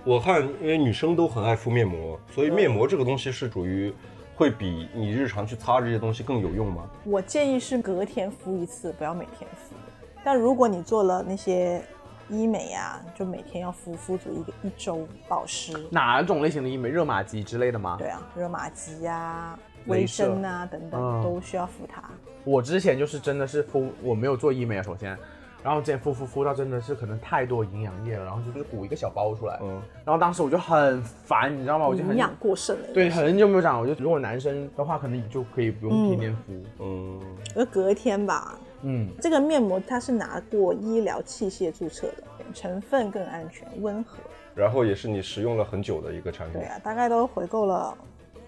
Speaker 2: 我看，因为女生都很爱敷面膜，所以面膜这个东西是属于会比你日常去擦这些东西更有用吗？
Speaker 3: 我建议是隔天敷一次，不要每天敷。但如果你做了那些医美呀、就每天要敷，敷足一个一周，保湿。
Speaker 1: 哪种类型的医美？热玛吉之类的吗？
Speaker 3: 对啊，热玛吉呀、
Speaker 1: 镭
Speaker 3: 微
Speaker 1: 射
Speaker 3: 针啊等等、
Speaker 1: 嗯
Speaker 3: 都需要敷它。
Speaker 1: 我之前就是真的是敷，我没有做医美啊，首先，然后之前敷敷敷到真的是可能太多营养液了，然后就是鼓一个小包出来，
Speaker 2: 嗯，
Speaker 1: 然后当时我就很烦，你知道吗？我就
Speaker 3: 营
Speaker 1: 很
Speaker 3: 养过剩了。
Speaker 1: 对，很久没有长，我就如果男生的话，可能就可以不用天天敷，
Speaker 2: 嗯，
Speaker 3: 而隔天吧，
Speaker 1: 嗯，
Speaker 3: 这个面膜它是拿过医疗器械注册的，成分更安全、温和。
Speaker 2: 然后也是你使用了很久的一个产品
Speaker 3: 对。啊，大概都回购了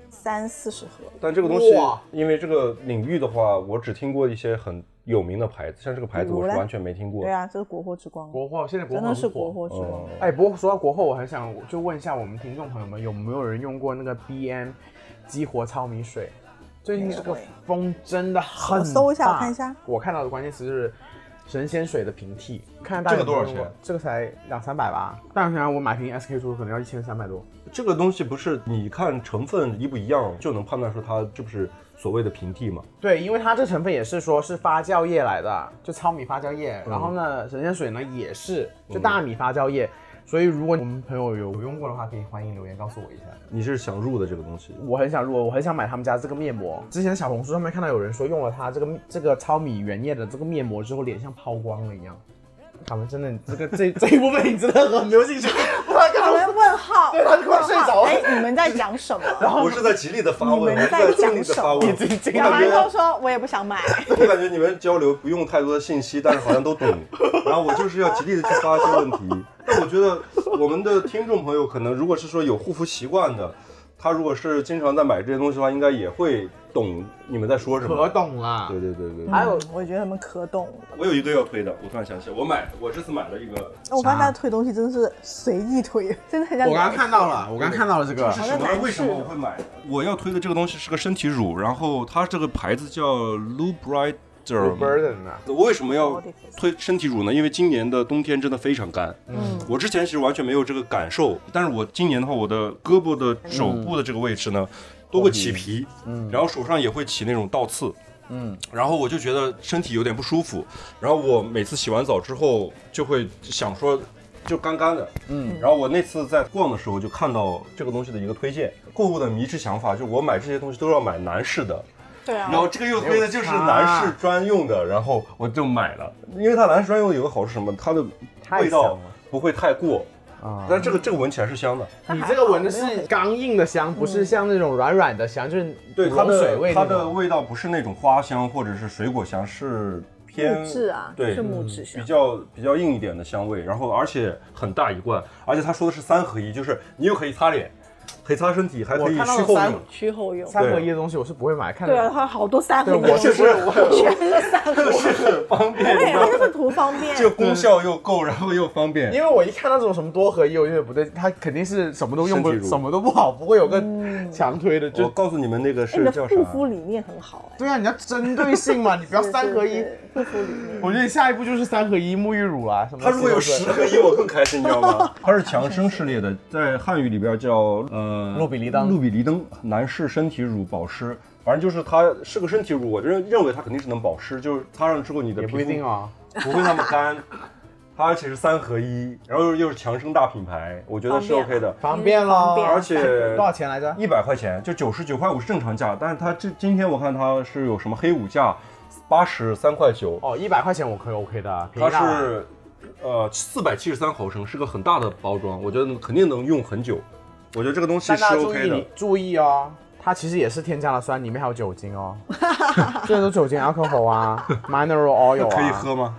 Speaker 3: 三四十盒。
Speaker 2: 但这个东西
Speaker 1: 哇，
Speaker 2: 因为这个领域的话，我只听过一些很有名的牌子，像这个牌子
Speaker 3: 比如
Speaker 2: 我是
Speaker 3: 嘞
Speaker 2: 完全没听过。
Speaker 3: 对啊，这是国货之光，
Speaker 1: 国货现在国货
Speaker 3: 真的是
Speaker 1: 很
Speaker 3: 国
Speaker 1: 火。
Speaker 3: 货之光。
Speaker 2: 嗯
Speaker 1: 哎，不过说到国货，我很想就问一下我们听众朋友们，有没有人用过那个 BM 激活糙米水？最近这
Speaker 3: 没有
Speaker 1: 个
Speaker 3: 哎
Speaker 1: 风真的很大。
Speaker 3: 我搜一下我看一下。
Speaker 1: 我看到的关键词就是神仙水的平替，看大家
Speaker 2: 这个
Speaker 1: 有没
Speaker 2: 多
Speaker 1: 有
Speaker 2: 少
Speaker 1: 用过
Speaker 2: 钱？
Speaker 1: 这个才两三百吧。但是想让我买瓶 SK two 可能要一千三百多。
Speaker 2: 这个东西不是你看成分一不一样就能判断出它是不是所谓的平替嘛？
Speaker 1: 对，因为它这成分也是说是发酵液来的，就糙米发酵液。
Speaker 2: 嗯
Speaker 1: 然后呢，神仙水呢也是就大米发酵液。所以如果我们朋友有用过的话，可以欢迎留言告诉我一下。
Speaker 2: 你是想入的这个东西，
Speaker 1: 我很想入，我很想买他们家这个面膜。之前小红书上面看到有人说用了它这个这个糙米原液的这个面膜之后，脸像抛光了一样。他们真的，这 个这这一部分你真的很没有兴趣。我
Speaker 3: 我们问号，
Speaker 1: 对他就快睡着了
Speaker 3: 问号哎，你们在 讲什么？
Speaker 2: 我是在极力的发
Speaker 3: 哦你们在讲什么
Speaker 2: 我
Speaker 3: 已经
Speaker 2: 我
Speaker 3: 小
Speaker 2: 感
Speaker 3: 孩
Speaker 2: 觉
Speaker 3: 都说我也不想 买，
Speaker 2: 我感觉你们交流不用太多的信息，但是好像都懂。然后我就是要极力的去发一些问题。但我觉得我们的听众朋友可能，如果是说有护肤习惯的，他如果是经常在买这些东西的话，应该也会懂你们在说什么。
Speaker 1: 可懂了。
Speaker 2: 对对对对对。
Speaker 1: 还有
Speaker 3: 嗯我觉得他们可懂了。
Speaker 2: 我有一堆要推的，我突然想起来，我买我这次买了一个
Speaker 3: 哎我发现大家推东西真的是随意推， 真的很像。
Speaker 1: 我刚刚看到了，我刚刚看到了这个。
Speaker 3: 好像男士
Speaker 2: 会买？我要推的这个东西是个身体乳，然后它这个牌子叫 Lubriter。
Speaker 1: burden 啊，
Speaker 2: 我为什么要推身体乳呢？因为今年的冬天真的非常干。
Speaker 3: 嗯，
Speaker 2: 我之前其实完全没有这个感受，但是我今年的话，我的胳膊的肘部的这个位置呢，都会起皮，然后手上也会起那种倒刺，
Speaker 1: 嗯，
Speaker 2: 然后我就觉得身体有点不舒服，然后我每次洗完澡之后就会想说。就干干的，嗯，然后我那次在逛的时候就看到这个东西的一个推荐，购物的迷之想法就是我买这些东西都要买男士的，
Speaker 3: 对啊
Speaker 2: 然，后这个又推的就是男士专用的，然后我就买了，因为它男士专用的有个好处是什么，它的
Speaker 1: 太
Speaker 2: 味
Speaker 1: 香
Speaker 2: 道
Speaker 1: 了
Speaker 2: 不会太过，
Speaker 1: 啊
Speaker 2: 但这个这个闻起来是香的，
Speaker 1: 你这个闻的是刚硬的香，不是像那种软软的香，就是
Speaker 2: 它
Speaker 1: 溶水
Speaker 2: 的
Speaker 1: 味
Speaker 2: 它
Speaker 1: 那
Speaker 2: 的
Speaker 1: 种。
Speaker 2: 味道不是那种花香或者是水果香，是偏
Speaker 3: 木质啊，
Speaker 2: 对嗯
Speaker 3: 是木质香
Speaker 2: 比。较比较硬一点的香味，然后而且很大一罐，而且他说的是三合一，就是你又可以擦脸，可以擦身体，还可以
Speaker 1: 我看到了
Speaker 2: 去后
Speaker 1: 三
Speaker 2: 用。
Speaker 3: 区后用，
Speaker 1: 三合一的东西我是不会买，看
Speaker 3: 对啊，
Speaker 1: 着
Speaker 3: 它好多三合一，
Speaker 1: 对我就是
Speaker 3: 全是三合
Speaker 2: 就是
Speaker 3: 一，
Speaker 2: 很方便，你
Speaker 3: 对，
Speaker 2: 知
Speaker 3: 它
Speaker 2: 道吗
Speaker 3: 就是图方便
Speaker 2: 这。个功效又够，然后又方便。
Speaker 1: 因为我一看到这种什么多合一，我就觉得不对，它肯定是什么都用不，
Speaker 2: 身体乳嗯
Speaker 1: 什么都不好，不会有个强推的。
Speaker 2: 我
Speaker 1: 就
Speaker 2: 告诉你们那个
Speaker 3: 哎你
Speaker 2: 是
Speaker 3: 的
Speaker 2: 叫啥
Speaker 3: 护？肤理念很好哎，
Speaker 1: 对啊，你要针对性嘛，你不要三合一
Speaker 3: 是。是护肤理念。
Speaker 1: 我觉得下一步就是三合一沐浴乳啊啦，什么。
Speaker 2: 它如果有十合一，我更开心，你知道 吗？它是强生系列的，在汉语里边叫呃
Speaker 1: 露比尼登
Speaker 2: 露比尼登男士身体乳保湿，反正就是它是个身体乳，我认认为它肯定是能保湿，就是擦上之后你的
Speaker 1: 也
Speaker 2: 皮
Speaker 1: 不
Speaker 2: 肤
Speaker 1: 啊一定哦。
Speaker 2: 不会那么干。它而且是三合一，然后又又是强生大品牌，我觉得是
Speaker 3: 方便
Speaker 2: OK 的。
Speaker 1: 方便咯
Speaker 3: 方便
Speaker 2: 而且
Speaker 1: 多啊少钱来着？
Speaker 2: 一百块钱，就九十九块五是正常价，但是它这今天我看它是有什么黑五价，八十三块九，
Speaker 1: 哦，一百块钱我可以 OK 的，
Speaker 2: 它
Speaker 1: 便宜大碗
Speaker 2: 是呃四百七十三毫升，是个很大的包装，我觉得肯定能用很久。我觉得这个东西
Speaker 1: 但
Speaker 2: 是
Speaker 1: 大家注
Speaker 2: OK
Speaker 1: 意
Speaker 2: 的
Speaker 1: 你，注意哦，它其实也是添加了酸，里面还有酒精 哦，这都酒精 alcohol 啊，mineral
Speaker 2: 那
Speaker 1: oil 啊。
Speaker 2: 可以喝。吗？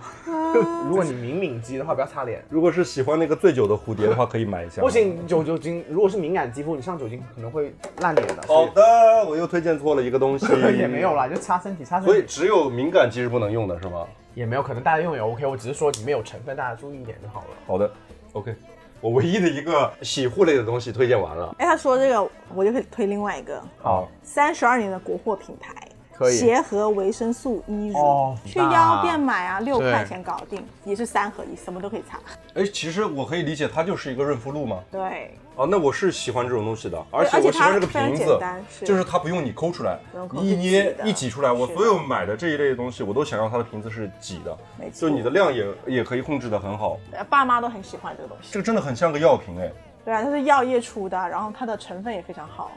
Speaker 1: 如果你敏敏肌的话，不要擦脸。
Speaker 2: 如果是喜欢那个醉酒的蝴蝶的话，可以买一 下。
Speaker 1: 不行，酒酒精，如果是敏感肌肤，你上酒精可能会烂脸的。
Speaker 2: 好
Speaker 1: 所以，
Speaker 2: 的，我又推荐错了一个 东西
Speaker 1: 也没有。啦，就擦身体，擦身
Speaker 2: 所以
Speaker 1: 体
Speaker 2: 只有敏感肌是不能用的，是吗？
Speaker 1: 也没有，可能大家用也 OK。我只是说里面有成分，大家注意一点就好了。
Speaker 2: 好的，OK。我唯一的一个洗护类的东西推荐完了。
Speaker 3: 哎，他说这个，我就可以推另外一个
Speaker 2: 好，
Speaker 3: 三十二年的国货品牌，
Speaker 1: 可以
Speaker 3: 协和维生素 E 乳，
Speaker 1: 哦
Speaker 3: 去
Speaker 1: 那
Speaker 3: 药店买啊，六
Speaker 1: 对
Speaker 3: 块钱搞定，也是三合一，什么都可以擦。
Speaker 2: 哎，其实我可以理解，它就是一个润肤露嘛。
Speaker 3: 对，
Speaker 2: 啊，那我是喜欢这种东西的，而且
Speaker 3: 而且
Speaker 2: 我喜欢
Speaker 3: 它
Speaker 2: 这个
Speaker 3: 非常
Speaker 2: 瓶
Speaker 3: 简
Speaker 2: 子
Speaker 3: 单，是
Speaker 2: 就是它不用你抠出来
Speaker 3: 不用，抠
Speaker 2: 你一
Speaker 3: 是
Speaker 2: 捏
Speaker 3: 挤的
Speaker 2: 一挤出来。我
Speaker 3: 是
Speaker 2: 所有买的这一类的东西，我都想要它的瓶子是挤的，
Speaker 3: 没
Speaker 2: 就
Speaker 3: 错
Speaker 2: 你的量也也可以控制的很好。
Speaker 3: 呃爸妈都很喜欢这个东西。
Speaker 2: 这个真的很像个药瓶哎，
Speaker 3: 对啊，它是药业出的，然后它的成分也非常好，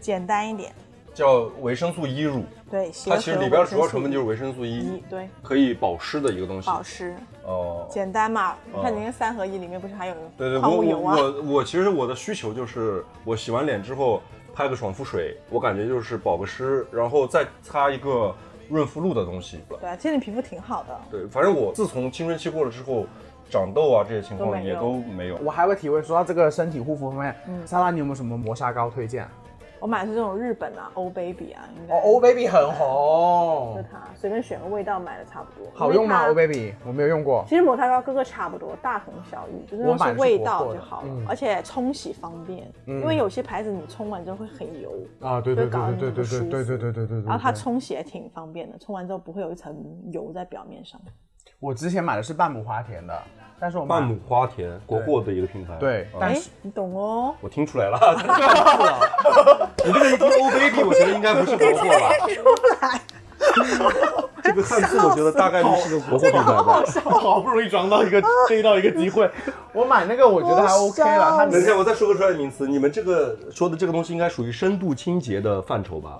Speaker 3: 简单一点。
Speaker 2: 叫维生素 E 乳，
Speaker 3: 对，协
Speaker 2: 它
Speaker 3: 和
Speaker 2: 其实里边
Speaker 3: 维生
Speaker 2: 主要成分就是
Speaker 3: 素
Speaker 2: 维生素 E，
Speaker 3: E，对，
Speaker 2: 可以保湿的一个东西。
Speaker 3: 保湿，
Speaker 2: 哦，
Speaker 3: 简单嘛。你
Speaker 2: 哦
Speaker 3: 看你那个三合一里面不是还有
Speaker 2: 对对，
Speaker 3: 矿
Speaker 2: 我
Speaker 3: 物
Speaker 2: 我
Speaker 3: 油啊？
Speaker 2: 我我其实我的需求就是，我洗完脸之后拍个爽肤水，我感觉就是保个湿，然后再擦一个润肤露的东西。
Speaker 3: 对啊，其实你皮肤挺好的。
Speaker 2: 对，反正我自从青春期过了之后，长痘啊这些情
Speaker 3: 都
Speaker 2: 况
Speaker 3: 没
Speaker 2: 也
Speaker 3: 有
Speaker 2: 都没有。
Speaker 1: 我还有个提问，说到这个身体护肤方面，
Speaker 3: 嗯
Speaker 1: 莎拉，你有没有什么磨砂膏推荐？
Speaker 3: 我买的是这种日本啊，欧 baby 啊，应该
Speaker 1: 哦，O Baby 很红
Speaker 3: 就，它，随便选个味道买的差不多。
Speaker 1: 好用吗
Speaker 3: 因为它
Speaker 1: ？O Baby 我没有用过。
Speaker 3: 其实摩擦膏各个差不多，大同小异，就是
Speaker 1: 我
Speaker 3: 那
Speaker 1: 买的是
Speaker 3: 种味
Speaker 1: 国货
Speaker 3: 道就
Speaker 1: 的
Speaker 3: 好了，
Speaker 1: 嗯
Speaker 3: 而且冲洗方便。因为有些牌子你冲完之后会很油，
Speaker 1: 啊，对对对对对对对对对对对对。
Speaker 3: 然后它冲洗也挺方便的，冲完之后不会有一层油在表面上。
Speaker 1: 我之前买的是半亩花田的，但是我 买
Speaker 2: 半亩花田，国货的一个品牌。
Speaker 1: 对
Speaker 2: 啊
Speaker 1: 但
Speaker 3: 哎
Speaker 1: 是，
Speaker 3: 你懂哦。
Speaker 2: 我听出来了。 你这个一听 O baby，我觉得应该不是国货 吧？这个汉字我觉得大概率是个国货品牌吧。
Speaker 1: 好不容易装到一个逮到一个机会，我买那个我觉得还 OK 了，它
Speaker 2: 等一
Speaker 1: 能
Speaker 2: 下，我再说个专业名词。你们这个说的这个东西应该属于深度清洁的范畴吧？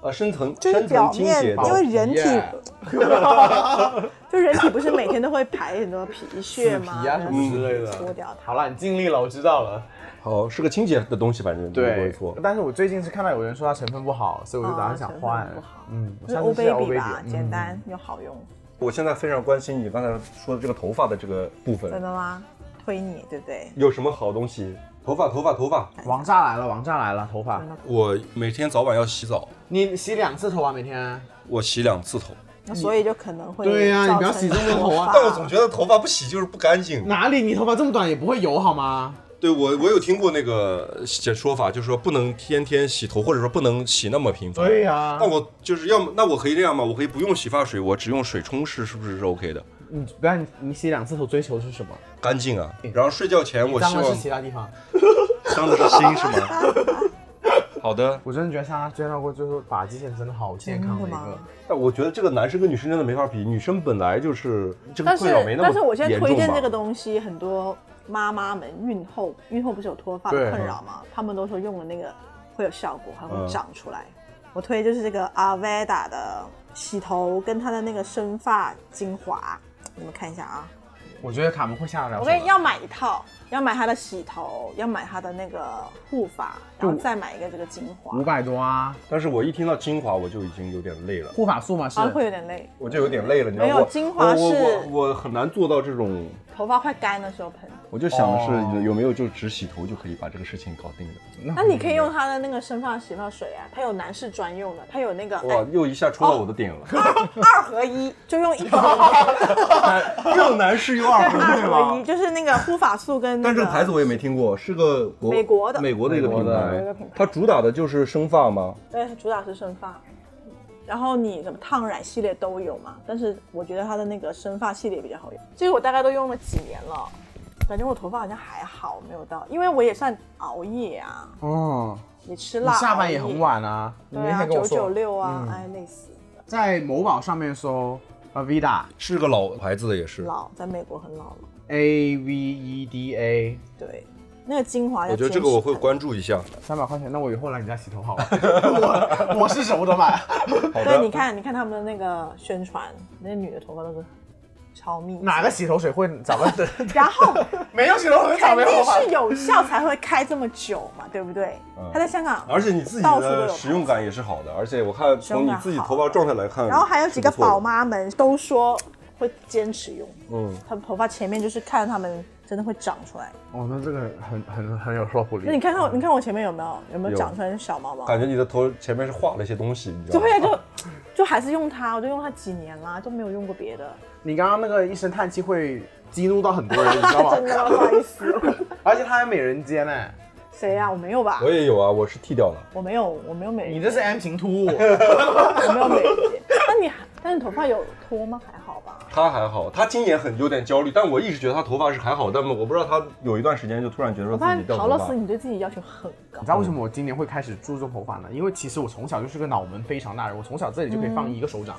Speaker 2: 呃，深层
Speaker 3: 就是
Speaker 2: 深层
Speaker 3: 表
Speaker 2: 清
Speaker 3: 面
Speaker 2: 洁，的
Speaker 3: 因为人体
Speaker 1: Yeah
Speaker 3: 就人体不是每天都会排很多皮屑吗？
Speaker 1: 死皮啊什么之类的
Speaker 3: 搓掉它。
Speaker 1: 好了，你尽力了，我知道了。
Speaker 2: 好哦是个清洁的东西，反正不会错。
Speaker 1: 但是我最近是看到有人说它成分不好，所以我就打算想换
Speaker 3: 哦成分不好。
Speaker 1: 嗯，我
Speaker 3: 就是
Speaker 1: 上
Speaker 3: O
Speaker 1: 次是
Speaker 3: baby 吧，
Speaker 1: 嗯
Speaker 3: 简单又好用，
Speaker 2: 我现在非常关心你刚才说的这个头发的这个部分
Speaker 3: 真，的吗？推你对不对？
Speaker 2: 有什么好东西？头发，头发，头发！
Speaker 1: 王炸来了，王炸来了，头发。
Speaker 2: 我每天早晚要洗澡，
Speaker 1: 你洗两次头啊，每天？
Speaker 2: 我洗两次头，
Speaker 3: 那所以就可能会
Speaker 1: 对呀你不要
Speaker 3: 造
Speaker 1: 洗
Speaker 3: 成
Speaker 1: 这么多头啊
Speaker 3: 脱发
Speaker 2: 但我总觉得头发不洗就是不干净。
Speaker 1: 哪里？你头发这么短也不会油好吗？
Speaker 2: 对我，我有听过那个解说法，就是说不能天天洗头，或者说不能洗那么频繁。
Speaker 1: 对啊呀
Speaker 2: 那我就是要么，那我可以这样吗？我可以不用洗发水，我只用水冲湿，是不是是 OK 的？
Speaker 1: 你不要你你洗两次头追求是什么？
Speaker 2: 干净啊。然后睡觉前我
Speaker 1: 脏
Speaker 2: 希
Speaker 1: 的
Speaker 2: 望
Speaker 1: 是其他地方。
Speaker 2: 脏的是心是 吗？好的。
Speaker 1: 我真的觉得莎拉见到过就是把肌线真的好健康的一
Speaker 3: 真的
Speaker 1: 个
Speaker 3: 吗。
Speaker 2: 但我觉得这个男生跟女生真的没法比，女生本来就是这个
Speaker 3: 但
Speaker 2: 困扰没
Speaker 3: 是
Speaker 2: 那么
Speaker 3: 但是我现在
Speaker 2: 严重
Speaker 3: 推荐
Speaker 2: 吧
Speaker 3: 这个东西，很多妈妈们孕后孕后不是有脱发
Speaker 1: 对
Speaker 3: 的困扰吗？她们都说用了那个会有效果，还
Speaker 2: 嗯
Speaker 3: 会长出来。我推就是这个 Aveda 的洗头跟它的那个生发精华，你们看一下啊。
Speaker 1: 我觉得卡门会下得了手
Speaker 3: 我
Speaker 1: 的。
Speaker 3: 跟你要买一套，要买它的洗头，要买它的那个护发，然后再买一个这个精华
Speaker 1: 五，百多啊，
Speaker 2: 但是我一听到精华我就已经有点累了，
Speaker 1: 护发素嘛是
Speaker 3: 好。像会有点累，
Speaker 2: 我就有点累了，你知道
Speaker 3: 没
Speaker 2: 吗？
Speaker 3: 有精华
Speaker 2: 我我
Speaker 3: 是
Speaker 2: 我我很难做到这种，
Speaker 3: 头发快干的时候喷。
Speaker 2: 我就想的
Speaker 1: 哦
Speaker 2: 是有没有就只洗头就可以把这个事情搞定的。
Speaker 3: 那你可以用它的那个生发洗发水啊，它有男士专用的，它有那个
Speaker 2: 哇，又一下戳到我的点了，
Speaker 3: 二合一，就用一瓶 二哦
Speaker 2: 又男士又二合一对
Speaker 3: 合一，
Speaker 2: 吧？
Speaker 3: 就是那个护发素跟、那
Speaker 2: 但这个牌子我也没听过，是个国
Speaker 3: 美国的
Speaker 2: 美国的一个品
Speaker 3: 美国的一个
Speaker 2: 牌
Speaker 3: 品牌，
Speaker 2: 它主打的就是生发吗？
Speaker 3: 对，主打是生发。然后你什么烫染系列都有嘛，但是我觉得它的那个生发系列比较好用。这个我大概都用了几年了，感觉我头发好像还好，没有到，因为我也算熬夜啊，
Speaker 1: 哦，
Speaker 3: 也吃
Speaker 1: 你
Speaker 3: 辣，
Speaker 1: 下班也很，晚啊。你
Speaker 3: 对
Speaker 1: 那
Speaker 3: 啊，
Speaker 1: 天跟
Speaker 3: 九
Speaker 1: 我说
Speaker 3: 九六啊，
Speaker 1: 嗯
Speaker 3: 哎累死了，
Speaker 1: 在某宝上面搜呃 Avida，
Speaker 2: 是个老牌子的，也是
Speaker 3: 老在美国很老了，
Speaker 1: A V E D A，
Speaker 3: 对，那个精华要
Speaker 2: 我觉得这个
Speaker 3: 坚持
Speaker 2: 我会
Speaker 3: 喷
Speaker 2: 关注一下。
Speaker 1: 三百块钱，那我以后来你家洗头好了。 我我是什么都买。
Speaker 2: 好
Speaker 3: 对，
Speaker 2: 的
Speaker 3: 你，看，你看他们的那个宣传，那女的头发都是超密集，
Speaker 1: 哪个洗头水会咋么的？
Speaker 3: 然 后
Speaker 1: 没有洗头水咋
Speaker 3: 肯
Speaker 1: 没有
Speaker 3: 定
Speaker 1: 发？
Speaker 3: 是有效才会开这么久嘛，对不对？他在香港，
Speaker 2: 嗯而且你自己
Speaker 3: 到处都
Speaker 2: 的
Speaker 3: 有
Speaker 2: 使用感也是好的，而且我看从你自己头发状态来看，
Speaker 3: 然后还有几个
Speaker 2: 是不错的
Speaker 3: 宝，妈们都说会坚持用，
Speaker 2: 嗯，
Speaker 3: 她头发前面就是看他们真的会长出来。
Speaker 1: 哦，那这个很很很有说服力。
Speaker 3: 那你看看我，你看我前面有没有有没有
Speaker 2: 有
Speaker 3: 长出来小毛毛？
Speaker 2: 感觉你的头前面是画了一些东西，你知道吗
Speaker 3: 对？呀，就就还是用它，我就用它几年啦，都没有用过别的。
Speaker 1: 你刚刚那个一声叹气会激怒到很多人，你知道吗？
Speaker 3: 真的吗不好意思。
Speaker 1: 而且他还美人尖哎呢，
Speaker 3: 谁呀、我没有吧
Speaker 2: 我？也有啊，我是剃掉了。
Speaker 3: 我没有，我没有美人
Speaker 1: 你
Speaker 3: 尖。
Speaker 1: 这是 M 型突兀。
Speaker 3: 我没有美人尖。那你还，但是头发有脱吗？还好吧。
Speaker 2: 他还好，他今年很有点焦虑，但我一直觉得他头发是还好，但我不知道他有一段时间就突然觉得
Speaker 3: 我
Speaker 2: 说
Speaker 3: 发
Speaker 2: 自己
Speaker 3: 现
Speaker 2: 掉
Speaker 3: 陶
Speaker 2: 头
Speaker 3: 乐斯，
Speaker 2: 发。
Speaker 3: 你对自己要求很
Speaker 1: 你
Speaker 3: 高
Speaker 1: 知。道
Speaker 2: 嗯
Speaker 1: 为什么我今年会开始注重头发呢？因为其实我从小就是个脑门非常大的人，我从小这里就可以
Speaker 2: 嗯
Speaker 1: 放一个手掌。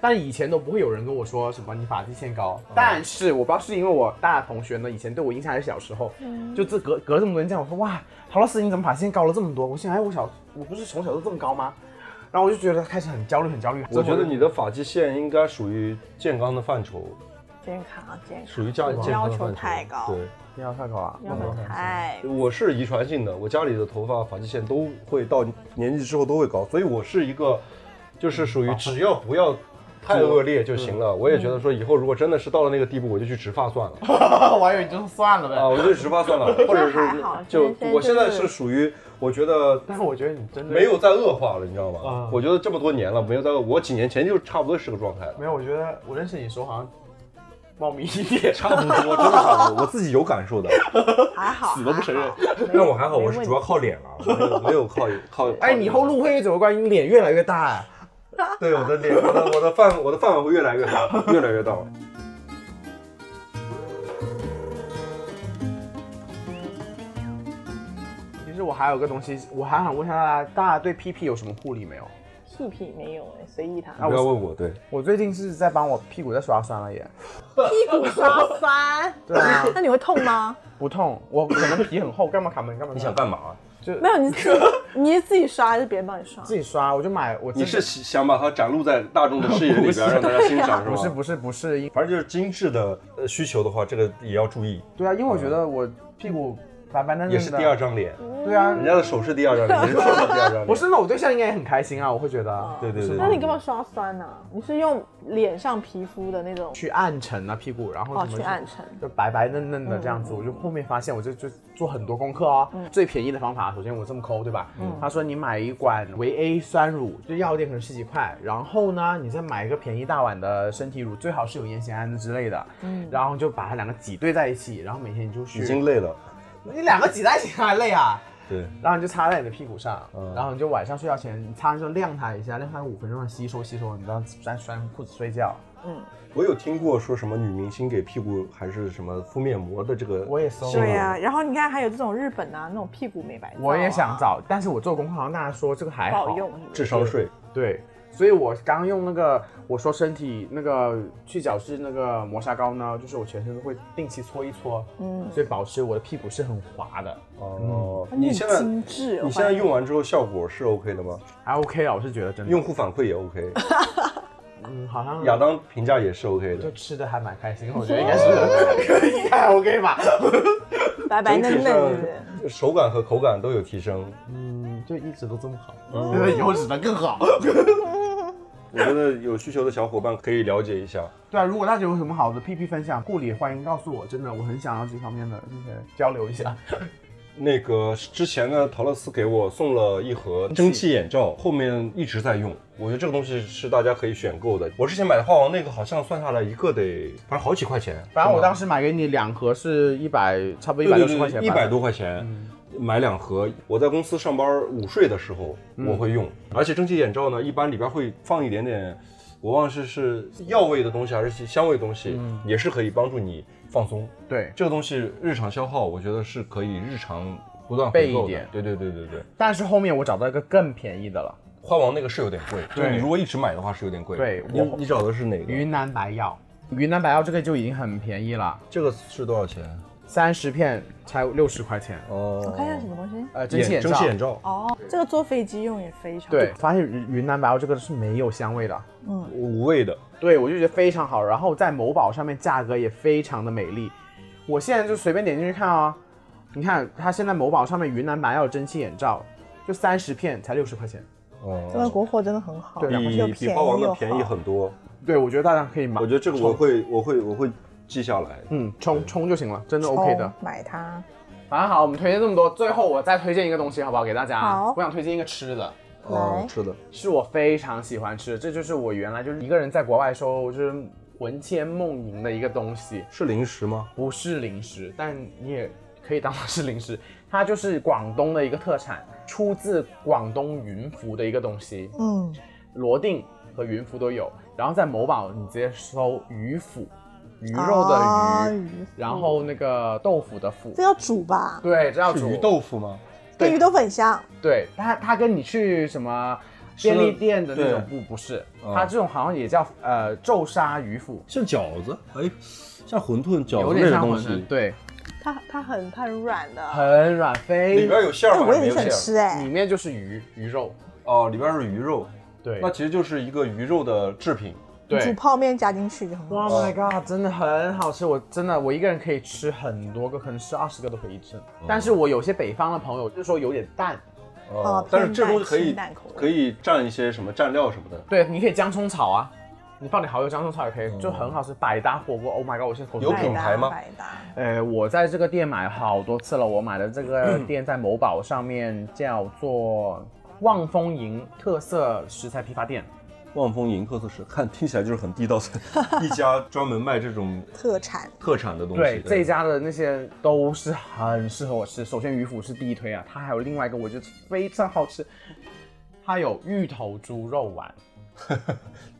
Speaker 1: 但以前都不会有人跟我说什么你发际线高，
Speaker 2: 嗯
Speaker 1: 但是我不知道是因为我大同学呢，以前对我印象还是小时候，
Speaker 2: 嗯
Speaker 1: 就这隔隔这么多年见，我说哇，陶老师你怎么发际线高了这么多？我心想哎，我小我不是从小就这么高吗？然后我就觉得开始很焦虑，很焦虑。
Speaker 2: 我觉得你的发际线应该属于健康的范畴，
Speaker 3: 健康，健康。
Speaker 2: 属于家
Speaker 1: 要
Speaker 2: 健康的范畴
Speaker 3: 求太高
Speaker 2: 对，
Speaker 1: 不要太高啊，
Speaker 3: 要不太
Speaker 2: 我是遗传性的，我家里的头发发际线都会到年纪之后都会高，所以我是一个，就是属于只要不要太恶劣就行了。我也觉得说以后如果真的是到了那个地步，我就去植发算了。
Speaker 1: 我还以为你就算了呗。
Speaker 2: 啊，我就植发算 了，或者是
Speaker 3: 还好
Speaker 2: 就
Speaker 3: 现在
Speaker 2: 我现在
Speaker 3: 就是
Speaker 2: 是属于，我觉得
Speaker 1: 但是我觉得你真的
Speaker 2: 没有再恶化了，你知道吗
Speaker 1: 啊？
Speaker 2: 我觉得这么多年了，没有再恶，我几年前就差不多是个状态 了，
Speaker 1: 没有，我觉得我认识你的时 候好像茂密一点，
Speaker 2: 差不多，真的差不多，我自己有感 受的。
Speaker 3: 还好，
Speaker 1: 死都不 承认。
Speaker 2: 但我还好，
Speaker 3: 没
Speaker 2: 我是
Speaker 3: 问
Speaker 2: 主要靠脸了，啊我没有没有靠靠。
Speaker 1: 哎，你以后录会议怎么关你脸越来越大、啊？
Speaker 2: 对我的脸，我的我的范我的范围会越来越 大，越来越大。
Speaker 1: 其实我还有个东西，我还想问一下大家，大家对 PP 有什么护理没有？
Speaker 3: 屁屁没有哎，随意他。
Speaker 2: 不要问我，对，
Speaker 1: 我最近是在帮我屁股在刷酸了耶，
Speaker 3: 屁股刷酸。
Speaker 1: 对啊
Speaker 3: 那你会痛吗？
Speaker 1: 不痛，我可能皮很厚，干嘛卡门干嘛？
Speaker 2: 你想干嘛？啊
Speaker 3: 没有，你自己你是自己刷还是别人帮你刷？
Speaker 1: 自己刷，我就买，我
Speaker 2: 你
Speaker 1: 真的
Speaker 2: 是喜想把它展露在大众的视野里边，让大家欣赏是吗？
Speaker 1: 不是不是不是，因
Speaker 2: 反正就是精致的呃需求的话，这个也要注意，
Speaker 1: 对啊，因为我觉得我屁股白白嫩嫩的，
Speaker 2: 也是第二，张脸。
Speaker 1: 对啊
Speaker 2: 人，家的手是第二张脸，你是手是第二张脸。
Speaker 1: 不是，那我对象应该也很开心啊，我会觉得
Speaker 2: 对对对。
Speaker 3: 那你干嘛刷酸呢、你是用脸上皮肤的那种
Speaker 1: 去暗沉啊屁股，然后
Speaker 3: 哦
Speaker 1: 什么
Speaker 3: 去暗沉，嗯
Speaker 1: 就白白嫩嫩的这样子，我就后面发现，我就就做很多功课哦。最便宜的方法，首先我这么抠，对吧？
Speaker 3: 嗯
Speaker 1: 他说你买一管维 A 酸乳，就药店可能十几块，然后呢，你再买一个便宜大碗的身体乳，最好是有烟酰胺的之类的，
Speaker 3: 嗯
Speaker 1: 然后就把它两个挤兑在一起，然后每天你就去，
Speaker 2: 已经累了，
Speaker 1: 你两个挤在一起还累 啊？
Speaker 2: 对，
Speaker 1: 然后你就擦在你的屁股上，
Speaker 2: 嗯
Speaker 1: 然后你就晚上睡觉前你擦完之后晾它一下，晾它五分钟，让它吸收吸收，你当穿穿裤子睡觉。
Speaker 2: 我有听过说什么女明星给屁股还是什么敷面膜的这个，
Speaker 1: 我也搜了
Speaker 3: 对呀、然后你看还有这种日本啊，那种屁股美白、
Speaker 1: 我也想，找，但是我做功课好像大家说这个还
Speaker 3: 不
Speaker 1: 好
Speaker 3: 好用是不
Speaker 2: 智
Speaker 3: 是。
Speaker 2: 商税，
Speaker 1: 对，所以我刚用那个我说身体那个去角质那个磨砂膏呢，就是我全身都会定期搓一搓，嗯，所以保持我的屁股是很滑的，
Speaker 2: 哦，
Speaker 1: 嗯
Speaker 2: 你
Speaker 3: 你很
Speaker 2: 现在
Speaker 3: 精致哦
Speaker 2: 你现在用完之后效果是 OK 的吗？
Speaker 1: 还 OK 啊，我是觉得真的，
Speaker 2: 用户反馈也 OK，
Speaker 1: 嗯好像
Speaker 2: 亚当评价也是 OK
Speaker 1: 就
Speaker 2: 的，
Speaker 1: 吃的还蛮开心，我觉得应该 是应该还啊 OK 吧，
Speaker 3: 白白嫩嫩是不是？
Speaker 2: 整体上手感和口感都有提升。
Speaker 1: 嗯，就一直都这么好，觉得以后只能更好。
Speaker 2: 我觉得有需求的小伙伴可以了解一下。
Speaker 1: 对啊，如果大家有什么好的 PP 分享护理，欢迎告诉我，真的我很想要这方面的这些交流一下。
Speaker 2: 那个之前呢，陶乐斯给我送了一盒蒸汽眼罩，后面一直在用。我觉得这个东西是大家可以选购的。我之前买的花王那个好像算下来一个得，反正好几块钱。
Speaker 1: 反正我当
Speaker 2: 时
Speaker 1: 时买给你两盒是一百，差不多
Speaker 2: 一
Speaker 1: 一百六十块钱嗯吧，
Speaker 2: 一百多块钱。买两盒，我在公司上班午睡的时候我会用，
Speaker 1: 嗯
Speaker 2: 而且蒸汽眼罩呢，一般里边会放一点点，我忘了是是药味的东西还是香味的东西，
Speaker 1: 嗯
Speaker 2: 也是可以帮助你放松。
Speaker 1: 对，
Speaker 2: 这个东西日常消耗，我觉得是可以日常不断
Speaker 1: 备
Speaker 2: 回
Speaker 1: 一
Speaker 2: 购的
Speaker 1: 点。
Speaker 2: 对对对对对。
Speaker 1: 但是后面我找到一个更便宜的了，
Speaker 2: 花王那个是有点贵，
Speaker 1: 对
Speaker 2: 就你如果一直买的话是有点贵。
Speaker 1: 对
Speaker 2: 你
Speaker 1: 我
Speaker 2: 你找的是哪个？
Speaker 1: 云南白药，云南白药这个就已经很便宜了，
Speaker 2: 这个是多少钱？
Speaker 1: 三十片才六十块钱。
Speaker 2: 哦，
Speaker 3: 我看一下什么东西。
Speaker 1: 呃，蒸
Speaker 2: 眼
Speaker 1: 汽眼
Speaker 2: 蒸
Speaker 1: 罩
Speaker 2: 汽。眼罩。
Speaker 3: 哦，这个坐飞机用也非常
Speaker 1: 对，发现云云南白药这个是没有香味的，
Speaker 2: 无味的，
Speaker 1: 对我就觉得非常好。然后在某宝上面价格也非常的美丽，我现在就随便点进去看啊、你看它现在某宝上面云南白药蒸汽眼罩就三十片才六十块钱，
Speaker 3: 这个国货真的很好，
Speaker 1: 对
Speaker 3: 然后又
Speaker 2: 比哦比
Speaker 3: 便宜
Speaker 2: 花王的
Speaker 3: 又
Speaker 2: 便宜
Speaker 3: 好。
Speaker 2: 很多。
Speaker 1: 对我觉得大家可以买，
Speaker 2: 我觉得这个我会我会我会记下来。
Speaker 1: 嗯冲冲就行了，真的 OK 的
Speaker 3: 哦。买它。
Speaker 1: 反正好，我们推荐这么多，最后我再推荐一个东西好不好？给大家，
Speaker 3: 好
Speaker 1: 我想推荐一个吃的。
Speaker 2: 哦
Speaker 3: 来，
Speaker 2: 吃的，
Speaker 1: 是我非常喜欢吃的，这就是我原来就是一个人在国外的时候就是魂牵梦萦的一个东西，
Speaker 2: 是零食吗？
Speaker 1: 不是零食，但你也可以当它是零食，它就是广东的一个特产，出自广东云浮的一个东西，
Speaker 3: 嗯，
Speaker 1: 罗定和云浮都有，然后在某宝你直接搜鱼腐，鱼肉的鱼，
Speaker 3: 啊鱼
Speaker 1: 然后那个豆腐的腐
Speaker 3: 这，要煮吧，
Speaker 1: 对，这要
Speaker 2: 是
Speaker 1: 煮
Speaker 2: 鱼豆腐吗？
Speaker 1: 对
Speaker 3: 跟鱼豆腐很像。
Speaker 1: 对它，它跟你去什么便利店的那种不不是，
Speaker 2: 嗯
Speaker 1: 它这种好像也叫呃皱沙鱼腐，
Speaker 2: 像饺子，哎，像馄饨、
Speaker 1: 有
Speaker 2: 饺子类
Speaker 1: 点
Speaker 2: 的
Speaker 1: 像
Speaker 2: 东
Speaker 1: 馄饨，
Speaker 2: 西，
Speaker 1: 对，
Speaker 3: 它它很它很软的，
Speaker 1: 很软，
Speaker 2: 里
Speaker 1: 非
Speaker 2: 边有馅儿
Speaker 3: 哎
Speaker 2: 吗？
Speaker 3: 我也
Speaker 2: 没有
Speaker 3: 很
Speaker 2: 馅
Speaker 3: 想
Speaker 2: 儿
Speaker 3: 吃哎
Speaker 1: 里。面就是鱼鱼肉，
Speaker 2: 哦，里边是鱼肉，
Speaker 1: 对
Speaker 2: 那其实就是一个鱼肉的制品。
Speaker 3: 煮
Speaker 1: 对。
Speaker 3: 泡面加进去就很好。
Speaker 1: Oh my god，真的很好吃，我真的我一个人可以吃很多个，可能吃二十个都可以吃。但是我有些北方的朋友就说有点淡，
Speaker 3: 哦
Speaker 2: 但是这
Speaker 3: 偏
Speaker 2: 东
Speaker 3: 淡
Speaker 2: 西可
Speaker 3: 清
Speaker 2: 以
Speaker 3: 淡口味
Speaker 2: 可以蘸一些什么蘸料什么的，
Speaker 1: 对，你可以姜葱炒啊，你放点蚝油姜葱炒也可以，就很好吃，百搭火锅。Oh my god，我现在口水
Speaker 2: 有
Speaker 1: 都
Speaker 3: 百
Speaker 2: 品
Speaker 3: 搭
Speaker 2: 牌吗
Speaker 3: 百搭
Speaker 1: 呃，我在这个店买好多次了，我买的这个店在某宝上面叫做望风营特色食材批发店。
Speaker 2: 望风营特色食，看听起来就是很地道 的一家专门卖这种
Speaker 3: 特产，
Speaker 2: 特产的东西。
Speaker 1: 对，这一家的那些都是很适合我吃。首先鱼腐是第一推啊，它还有另外一个我觉得非常好吃，它有芋头猪肉 丸，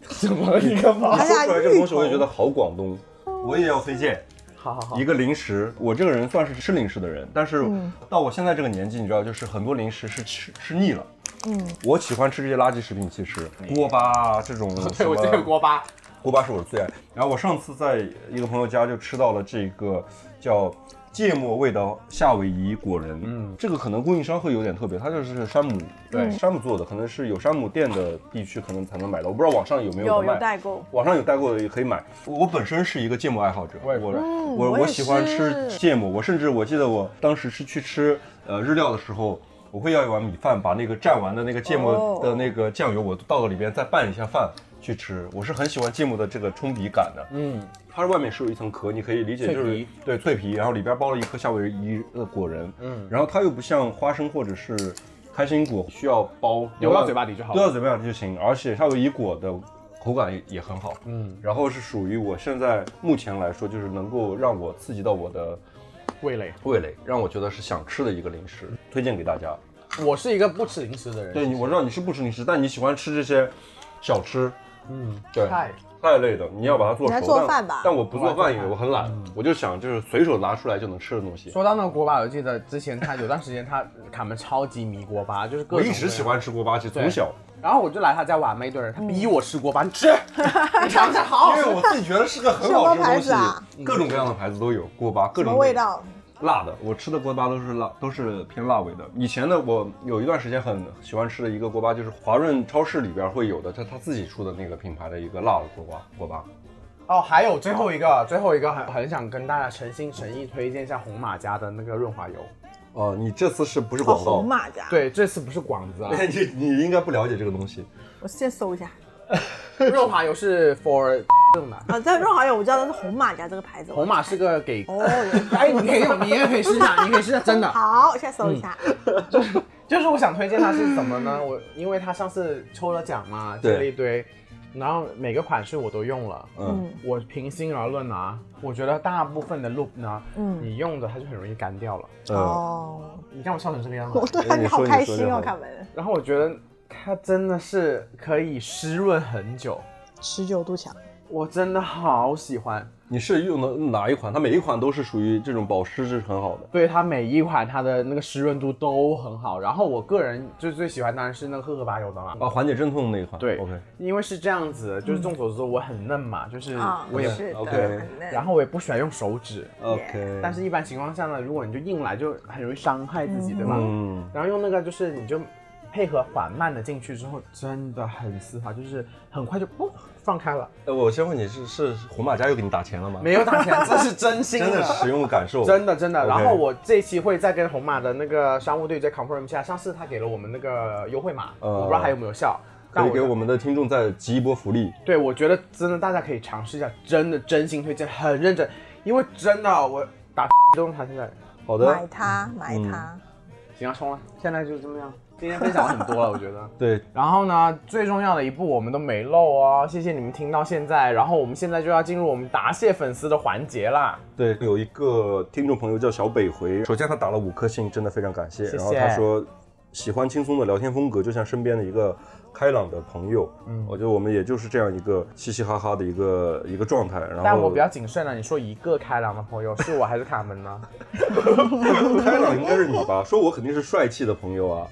Speaker 1: 怎么一个
Speaker 2: 你
Speaker 1: 法？
Speaker 3: 哎呀
Speaker 2: 说出来这个东
Speaker 3: 芋
Speaker 2: 西，
Speaker 3: 头
Speaker 2: 我也觉得好广东，我也要推荐。
Speaker 1: 好好好，
Speaker 2: 一，个零食，我这个人算是吃零食的人，但是到我现在这个年纪，你知道，就是很多零食是吃吃腻了。嗯，我喜欢吃这些垃圾食品，其实锅巴啊这种
Speaker 1: 对我这个锅巴，
Speaker 2: 锅巴是我的最爱。然后我上次在一个朋友家就吃到了这个叫芥末味的夏威夷果仁，嗯，这个可能供应商会有点特别，它就是山姆对山姆做的，可能是有山姆店的地区可能才能买到，我不知道网上有没有
Speaker 3: 有
Speaker 2: 得卖
Speaker 3: 有代购。
Speaker 2: 网上有代购的也可以买。我我本身是一个芥末爱好者，我我
Speaker 3: 哦我
Speaker 2: 我
Speaker 3: 也
Speaker 2: 喜欢吃
Speaker 3: 是
Speaker 2: 芥末，我甚至我记得我当时是去吃呃日料的时候。我会要一碗米饭，把那个蘸完的那个芥末
Speaker 3: 哦
Speaker 2: 的那个酱油，我倒到里边，再拌一下饭去吃。我是很喜欢芥末的这个冲鼻感的，
Speaker 1: 嗯，
Speaker 2: 它外面是有一层壳，你可以理解
Speaker 1: 脆
Speaker 2: 就
Speaker 1: 皮
Speaker 2: 是对脆皮，然后里边包了一颗夏威夷呃果仁，嗯，然后它又不像花生或者是开心果需要包
Speaker 1: 流到嘴巴里就好了
Speaker 2: 流到嘴巴里就行，而且夏威夷果的口感也也很好，嗯，然后是属于我现在目前来说就是能够让我刺激到我的
Speaker 1: 味蕾。
Speaker 2: 味蕾，让我觉得是想吃的一个零食，推荐给大家。
Speaker 1: 我是一个不吃零食的人，
Speaker 2: 嗯对，你我知道你是不吃零食，但你喜欢吃这些小吃，嗯，对，
Speaker 1: 菜
Speaker 2: 太累的，你要把它做熟。
Speaker 3: 你来做
Speaker 2: 但
Speaker 3: 饭吧
Speaker 2: 但我不做饭，因嗯为我很懒，我就想就是随手拿出来就能吃的东西。
Speaker 1: 说到那个锅巴，我记得之前他有段时间他卡门超级迷锅巴，就是各
Speaker 2: 我
Speaker 1: 种
Speaker 2: 一直喜欢吃锅巴，其实
Speaker 1: 对
Speaker 2: 从小，
Speaker 1: 然后我就来他家玩嘛，一堆人，他
Speaker 3: 嗯
Speaker 1: 逼我吃锅巴，你吃，你尝一下，好好
Speaker 2: 因为
Speaker 1: 吃。
Speaker 2: 我自己觉得是个很好吃的东
Speaker 3: 什么牌子啊
Speaker 2: 西，各种各样的牌子都有锅巴，各
Speaker 3: 什么
Speaker 2: 种
Speaker 3: 味，道？
Speaker 2: 辣的。我吃的锅巴都是辣，都是偏辣味的。以前呢，我有一段时间很喜欢吃的一个锅巴，就是华润超市里边会有的，它它自己出的那个品牌的一个辣的锅巴锅巴。
Speaker 1: 哦，还有最后一个，最后一个很很想跟大家诚心诚意推荐一下红马家的那个润滑油。
Speaker 2: 哦，你这次是不是
Speaker 3: 哦，
Speaker 2: 广告
Speaker 3: 红？马甲。，
Speaker 1: 对，这次不是广 子啊，
Speaker 2: 你你应该不了解这个东西。
Speaker 3: 我先搜一下。
Speaker 1: 润滑油是 for 用的，
Speaker 3: 啊，在润滑油我知道，但是红马甲这个牌子。
Speaker 1: 红马是个给。
Speaker 3: 哦，有
Speaker 1: 哎，你可以用，你也可以试一 下，你可以试一下，真的。
Speaker 3: 好，我现在搜一下。
Speaker 1: 就是我想推荐它是怎么呢？我因为它上次抽了奖嘛，
Speaker 2: 对
Speaker 1: 抽了一堆，然后每个款式我都用了。
Speaker 2: 嗯，
Speaker 1: 我平心而论啊，我觉得大部分的 loop 呢，
Speaker 3: 嗯
Speaker 1: 你用的它就很容易干掉了。
Speaker 2: 呃，
Speaker 3: 哦，
Speaker 1: 你看我笑成这个样子
Speaker 3: 我，对
Speaker 2: 哎
Speaker 3: 啊，
Speaker 2: 你
Speaker 3: 你好
Speaker 2: 说
Speaker 3: 开
Speaker 2: 你说
Speaker 3: 心
Speaker 2: 就好
Speaker 3: 哦，卡门。
Speaker 1: 然后我觉得它真的是可以湿润很久。
Speaker 3: 十九度强，
Speaker 1: 我真的好喜欢。
Speaker 2: 你是用的哪一款？它每一款都是属于这种保湿是很好的。
Speaker 1: 对它每一款它的那个湿润度都很好，然后我个人就最喜欢当然是那个赫赫巴油的啦。哦
Speaker 2: 啊，缓解阵痛的那一款。
Speaker 1: 对
Speaker 2: ，OK，
Speaker 1: 因为是这样子，就是众所周知我很嫩嘛，就是
Speaker 3: 啊，
Speaker 1: 我也，
Speaker 3: 是的
Speaker 2: 嗯 OK，
Speaker 3: 很嫩
Speaker 1: 然后我也不喜欢用手指，
Speaker 2: OK。
Speaker 1: 但是一般情况下呢，如果你就硬来就很容易伤害自己，对吧？
Speaker 2: 嗯，
Speaker 1: 然后用那个就是你就配合缓慢的进去之后，真的很丝滑，就是很快就哦放开了，
Speaker 2: 呃我先问你是是红马甲又给你打钱了吗？
Speaker 1: 没有打钱，这是真心
Speaker 2: 真的使用感 受，
Speaker 1: 真的真的，
Speaker 2: OK
Speaker 1: 然后我这一期会再跟红马的那个商务对接 confirm 一下，上次他给了我们那个优惠码，
Speaker 2: 呃
Speaker 1: 我不知道还有没有效。但
Speaker 2: 可以给我们的听众再集一波福利。
Speaker 1: 对，我觉得真的大家可以尝试一下，真的真心推荐，很认真，因为真的我打都用它现在，
Speaker 2: 好
Speaker 3: 买
Speaker 2: 的，
Speaker 3: 它买
Speaker 2: 嗯
Speaker 3: 它，
Speaker 1: 行啊，冲了，现在就这么样。今天分享了很多了，我觉得。
Speaker 2: 对，
Speaker 1: 然后呢，最重要的一步我们都没漏哦，谢谢你们听到现在。然后我们现在就要进入我们答谢粉丝的环节啦。
Speaker 2: 对，有一个听众朋友叫小北回，首先他打了五颗星，真的非常感谢。
Speaker 1: 谢
Speaker 2: 然后他说喜欢轻松的聊天风格，就像身边的一个开朗的朋友。嗯，我觉得我们也就是这样一个嘻嘻哈哈的一个一个状态。然后
Speaker 1: 但我比较谨慎啊了，你说一个开朗的朋友是我还是卡门呢？
Speaker 2: 开朗应该是你吧？说我肯定是帅气的朋友啊！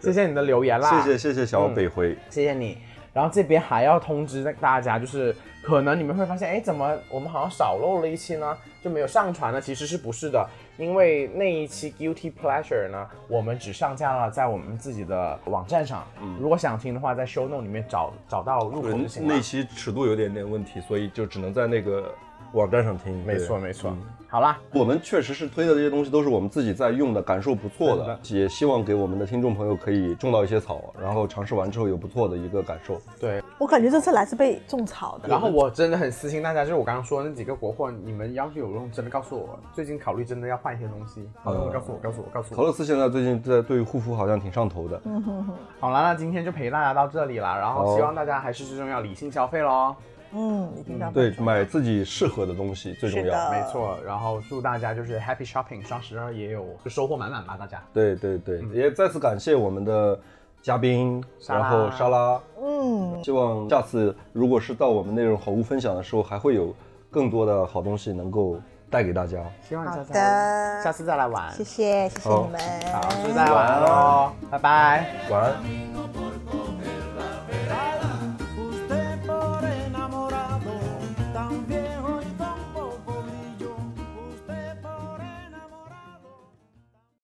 Speaker 1: 谢谢你的留言啦，
Speaker 2: 谢谢谢谢小北回，
Speaker 1: 谢谢你。然后这边还要通知大家，就是可能你们会发现，哎，怎么我们好像少漏了一期呢？就没有上传呢？其实是不是的？因为那一期 Guilty Pleasure 呢，我们只上架了在我们自己的网站上。
Speaker 2: 嗯
Speaker 1: 如果想听的话，在 Show Note 里面找找到入口就行了
Speaker 2: 那。期尺度有点点问题，所以就只能在那个网站上听。
Speaker 1: 没错，
Speaker 2: 对嗯
Speaker 1: 没错。好啦，
Speaker 2: 我们确实是推的这些东西都是我们自己在用的，感受不错的，也希望给我们的听众朋友可以种到一些草，然后尝试完之后有不错的一个感受。
Speaker 1: 对。
Speaker 3: 我感觉这次来是被种草的。
Speaker 1: 然后我真的很私信大家，就是我刚刚说的那几个国货，你们要是有用，真的告诉我，最近考虑真的要换一些东西。好的，
Speaker 2: 呃
Speaker 1: 告诉我，告诉我，告诉我
Speaker 2: 陶。乐斯现在最近在对护肤好像挺上头的，
Speaker 1: 好啦，那今天就陪大家到这里啦，然后
Speaker 2: 好
Speaker 1: 希望大家还是最重要理性消费喽。
Speaker 3: 嗯，一定要
Speaker 2: 对，买自己适合的东西最重
Speaker 3: 是
Speaker 2: 要
Speaker 3: 的。
Speaker 1: 没错，然后祝大家就是 happy shopping，双十二也有就收获满满吧，大家。
Speaker 2: 对对对，也再次感谢我们的嘉宾，
Speaker 1: 沙拉
Speaker 2: 然后沙拉，
Speaker 3: 嗯，
Speaker 2: 希望下次如果是到我们那种好物分享的时候，还会有更多的好东西能够带给大家。
Speaker 1: 希望你下次
Speaker 3: 好的
Speaker 1: 下次再来玩。
Speaker 3: 谢谢谢谢
Speaker 2: 好
Speaker 3: 你们，
Speaker 1: 好，祝大家晚安喽，拜拜。
Speaker 2: 晚安。
Speaker 6: Amigo,